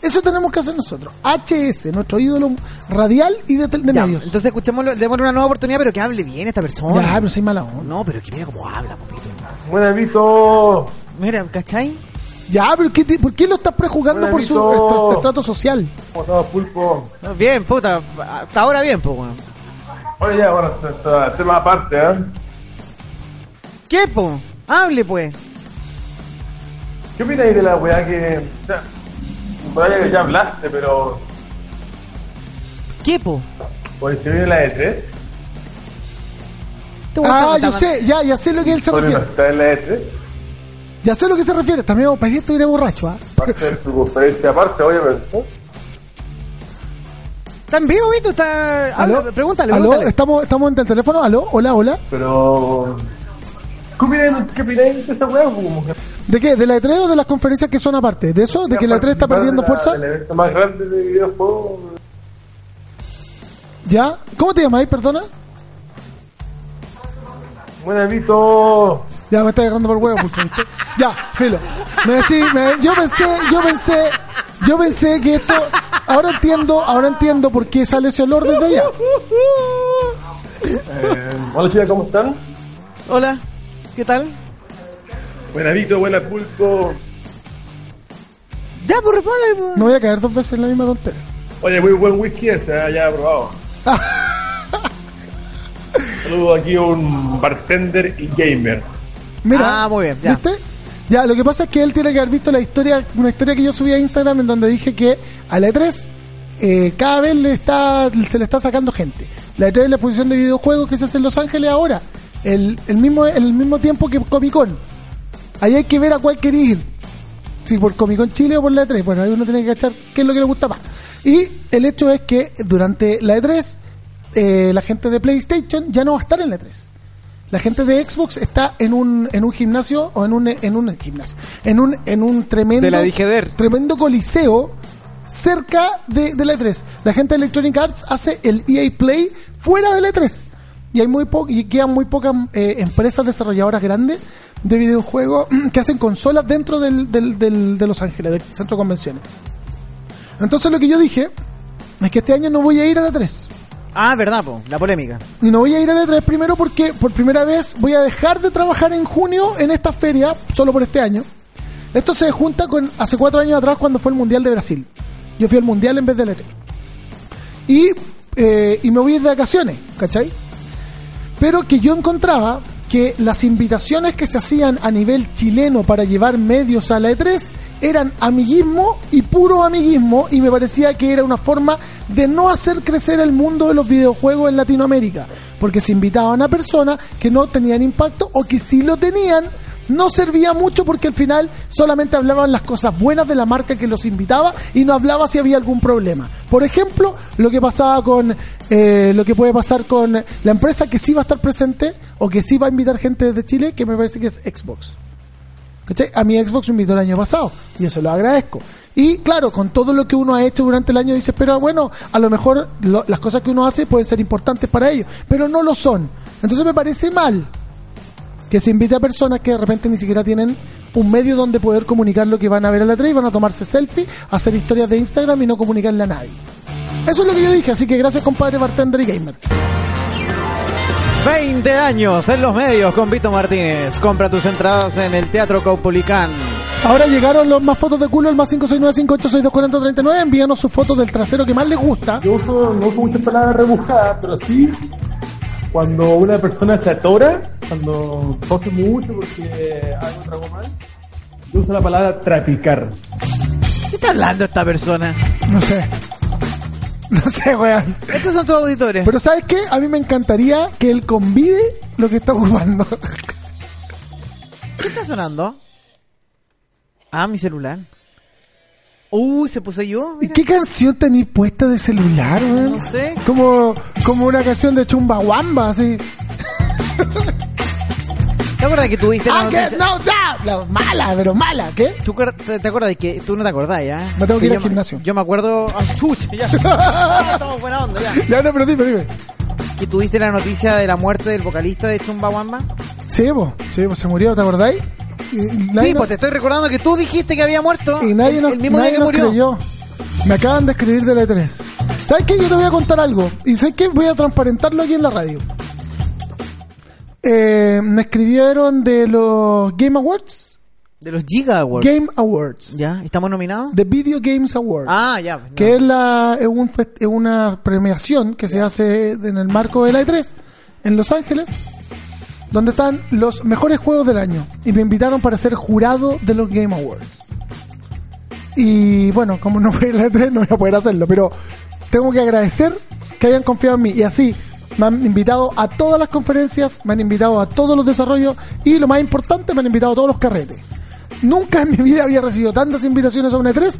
Speaker 2: Eso tenemos que hacer nosotros. HS, nuestro ídolo radial y de, de
Speaker 3: ya,
Speaker 2: medios.
Speaker 3: entonces escuchémoslo, démosle una nueva oportunidad, pero que hable bien esta persona.
Speaker 2: ya, pero soy mala onda.
Speaker 3: No, pero que mira cómo habla, pofito.
Speaker 8: Buenas, Vito.
Speaker 3: Mira, ¿cachai?
Speaker 2: Ya, pero ¿qué te- ¿por qué lo estás prejuzgando por su
Speaker 8: Buenito.
Speaker 2: estra- estrato social?
Speaker 8: ¿Cómo estás, Pulpo?
Speaker 3: Bien, puta. Hasta ahora bien, pues, weón.
Speaker 8: Oye, ya, bueno, t- t- tema aparte, ¿eh?
Speaker 3: ¿Qué, po? Hable, pues.
Speaker 8: ¿Qué opináis de la weá que. o sea, Vaya que ya hablaste, pero.
Speaker 3: ¿Qué, po?
Speaker 8: Hoy se viene la E E3.
Speaker 3: Este weón
Speaker 2: Ah,
Speaker 3: está-
Speaker 2: yo
Speaker 3: está-
Speaker 2: sé, ya, ya sé lo que él se
Speaker 8: Sony no
Speaker 2: refiere.
Speaker 8: está en la E E3.
Speaker 2: Ya sé lo que se refiere. También vamos para allá, estuviera borracho, ¿ah?
Speaker 8: Va a ser su conferencia aparte, oye, pero.
Speaker 3: Está en vivo, Vito. Está...
Speaker 2: ¿Aló?
Speaker 3: Habla, pregúntale,
Speaker 2: ¿Aló?
Speaker 3: pregúntale.
Speaker 2: ¿Estamos, estamos en el teléfono? ¿Aló? Hola, hola.
Speaker 8: Pero. ¿Qué opináis, qué opináis de esa weá? Como que-
Speaker 2: ¿De qué? ¿De la E3 o de las conferencias que son aparte? ¿De eso? ¿De que la E3 está perdiendo
Speaker 8: de la-
Speaker 2: fuerza?
Speaker 8: del evento más grande de videojuegos.
Speaker 2: ¿Ya? ¿Cómo te llamáis, perdona?
Speaker 8: Buenas, Vito.
Speaker 2: Ya me está agarrando por huevo, porque usted- Ya, filo. Me decís, me- yo pensé, yo pensé, yo pensé que esto. Ahora entiendo, ahora entiendo por qué sale ese olor desde allá.
Speaker 8: Eh, hola, chicas, ¿cómo están?
Speaker 3: Hola. ¿Qué tal?
Speaker 8: Buenas, Vito, buenas, Pulpo.
Speaker 3: Ya, pues respóndale, po.
Speaker 2: No voy a caer dos veces en la misma tontería.
Speaker 8: Oye, muy buen whisky ese, ¿eh? ya he probado. Saludo aquí a un bartender y gamer.
Speaker 2: Mira.
Speaker 3: Ah, muy bien, ya.
Speaker 2: ¿Viste? Ya, lo que pasa es que él tiene que haber visto la historia, una historia que yo subí a Instagram en donde dije que a la E3 eh, cada vez le está, se le está sacando gente. La E3 es la exposición de videojuegos que se hace en Los Ángeles ahora, el, el mismo, el mismo tiempo que Comic Con. Ahí hay que ver a cuál quiere ir. Si por Comic Con Chile o por la E3. Bueno, ahí uno tiene que cachar qué es lo que le gusta más. Y el hecho es que durante la E3, eh, la gente de PlayStation ya no va a estar en la E E3. La gente de Xbox está en un, en un gimnasio o en un, en un gimnasio, en un, en un tremendo,
Speaker 3: De la Digeder.
Speaker 2: tremendo coliseo cerca de, de la E3. La gente de Electronic Arts hace el EA Play fuera de la E3. Y hay muy po- y quedan muy pocas eh, empresas desarrolladoras grandes de videojuegos que hacen consolas dentro del, del- del- de Los Ángeles, del centro de convenciones. Entonces lo que yo dije es que este año no voy a ir a la E3.
Speaker 3: Ah, verdad, po. La polémica.
Speaker 2: Y no voy a ir a la E3 primero porque por primera vez voy a dejar de trabajar en junio en esta feria, solo por este año. Esto se junta con hace cuatro años atrás cuando fue el Mundial de Brasil. Yo fui al Mundial en vez de la E3. Y, eh, y me voy a ir de vacaciones, ¿cachai? Pero que yo encontraba que las invitaciones que se hacían a nivel chileno para llevar medios a la E3 eran amiguismo y puro amiguismo y me parecía que era una forma de no hacer crecer el mundo de los videojuegos en Latinoamérica, porque se invitaban a personas que no tenían impacto o que si lo tenían no servía mucho porque al final solamente hablaban las cosas buenas de la marca que los invitaba y no hablaba si había algún problema. Por ejemplo, lo que pasaba con eh, lo que puede pasar con la empresa que sí va a estar presente o que sí va a invitar gente desde Chile, que me parece que es Xbox. ¿Cachai? A mi Xbox me invitó el año pasado y yo se lo agradezco. Y claro, con todo lo que uno ha hecho durante el año, dice, pero bueno, a lo mejor lo- las cosas que uno hace pueden ser importantes para ellos, pero no lo son. Entonces me parece mal que se invite a personas que de repente ni siquiera tienen un medio donde poder comunicar lo que van a ver a la 3 y van a tomarse selfie, hacer historias de Instagram y no comunicarle a nadie. Eso es lo que yo dije, así que gracias compadre Bartender y Gamer.
Speaker 3: 20 años en los medios con Vito Martínez. Compra tus entradas en el Teatro Caupolicán.
Speaker 2: Ahora llegaron los más fotos de culo, el más 569-586-24039, envíanos sus fotos del trasero que más les gusta.
Speaker 8: Yo uso, no uso muchas palabras rebuscadas, pero sí, cuando una persona se atora, cuando tose mucho porque algo tragó mal, yo uso la palabra trapicar.
Speaker 3: ¿Qué está hablando esta persona?
Speaker 2: No sé. No sé, weón.
Speaker 3: Estos son tus auditores.
Speaker 2: Pero ¿sabes qué? A mí me encantaría que él convide lo que está ocupando.
Speaker 3: ¿Qué está sonando? Ah, mi celular. Uy, se puse yo.
Speaker 2: ¿Y
Speaker 3: Mira.
Speaker 2: qué canción tenéis puesta de celular, weón?
Speaker 3: No sé.
Speaker 2: Como, como una canción de Chumbawamba, así.
Speaker 3: ¿Te acuerdas que tuviste la
Speaker 2: Ah, que
Speaker 3: noticia?
Speaker 2: no, no, no, mala, pero mala, ¿qué?
Speaker 3: ¿Tú cor- te, te acuerdas que tú no te acordás, ya?
Speaker 2: Me tengo que ir
Speaker 3: yo
Speaker 2: al
Speaker 3: me-
Speaker 2: gimnasio.
Speaker 3: Yo me acuerdo. Ah, chucha, ya. Ya, Estamos buena onda, ya.
Speaker 2: Ya no, pero dime, dime.
Speaker 3: Que tuviste la noticia de la muerte del vocalista de Chumba Wamba.
Speaker 2: Sí, po, sí, po, se murió, ¿te acordáis? Y, y nadie
Speaker 3: Sí,
Speaker 2: nos-
Speaker 3: pues te estoy recordando que tú dijiste que había muerto.
Speaker 2: y nadie
Speaker 3: el,
Speaker 2: nos,
Speaker 3: el mismo
Speaker 2: nadie
Speaker 3: día que
Speaker 2: nos
Speaker 3: murió.
Speaker 2: creyó. Me acaban de escribir de la E3. ¿Sabes qué? Yo te voy a contar algo. Y sé que voy a transparentarlo aquí en la radio. Eh, me escribieron de los Game Awards.
Speaker 3: De los Giga Awards.
Speaker 2: Game Awards.
Speaker 3: ¿Ya? ¿Estamos nominados?
Speaker 2: The Video Games Awards.
Speaker 3: Ah, ya. pues, no.
Speaker 2: que es, la, es, un fest- es una premiación que se hace en el marco de la E3 en Los Ángeles, donde están los mejores juegos del año. Y me invitaron para ser jurado de los Game Awards. Y bueno, como no fue la E3, no voy a poder hacerlo, pero tengo que agradecer que hayan confiado en mí. Y así, me han invitado a todas las conferencias, me han invitado a todos los desarrollos y lo más importante, me han invitado a todos los carretes. Nunca en mi vida había recibido tantas invitaciones a una E E3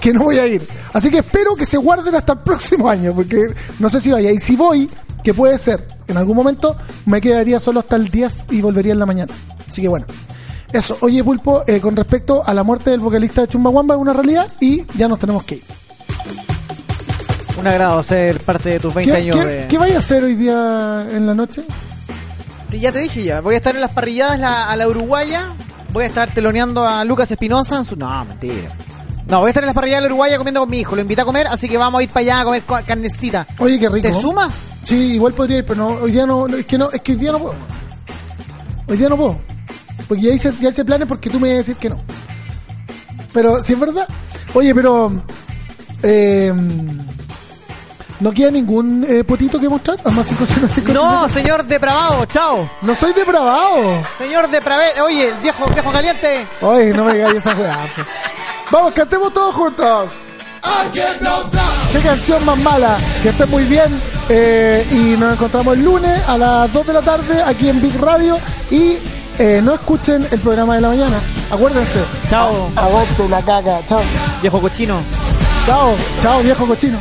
Speaker 2: que no voy a ir. Así que espero que se guarden hasta el próximo año, porque no sé si vaya. Y si voy, que puede ser, en algún momento me quedaría solo hasta el 10 y volvería en la mañana. Así que bueno. Eso, oye Pulpo, eh, con respecto a la muerte del vocalista de Chumbawamba es una realidad y ya nos tenemos que ir.
Speaker 3: Un agrado ser parte de tus
Speaker 2: ¿Qué,
Speaker 3: 20 años.
Speaker 2: qué-
Speaker 3: de-
Speaker 2: qué vaya a hacer hoy día en la noche?
Speaker 3: Te- Ya te dije ya, voy a estar en las parrilladas la- a la uruguaya, voy a estar teloneando a Lucas Espinosa en su... No, mentira. No, voy a estar en las parrilladas de la uruguaya comiendo con mi hijo, lo invita a comer, así que vamos a ir para allá a comer co- carnecita.
Speaker 2: Oye, qué rico.
Speaker 3: ¿Te sumas?
Speaker 2: Sí, igual podría ir, pero no, hoy día no, no, es que no, es que hoy día no puedo. Hoy día no puedo. Porque ya hice, ya hice planes porque tú me ibas a decir que no. Pero si es verdad. Oye, pero eh, no queda ningún eh, potito que mostrar. Al más 505.
Speaker 3: No, señor depravado, chao.
Speaker 2: no soy depravado.
Speaker 3: Señor depravado, oye, el viejo, viejo caliente.
Speaker 2: Oye, no me digas esa weá. pues. Vamos, cantemos todos juntos. Qué canción más mala. Que estén muy bien. eh, y nos encontramos el lunes a las 2 de la tarde aquí en Big Radio. Y eh, no escuchen el programa de la mañana. Acuérdense.
Speaker 3: Chao,
Speaker 2: Agote la caca. Chao.
Speaker 3: viejo cochino.
Speaker 2: Chao. Chao, viejo cochino.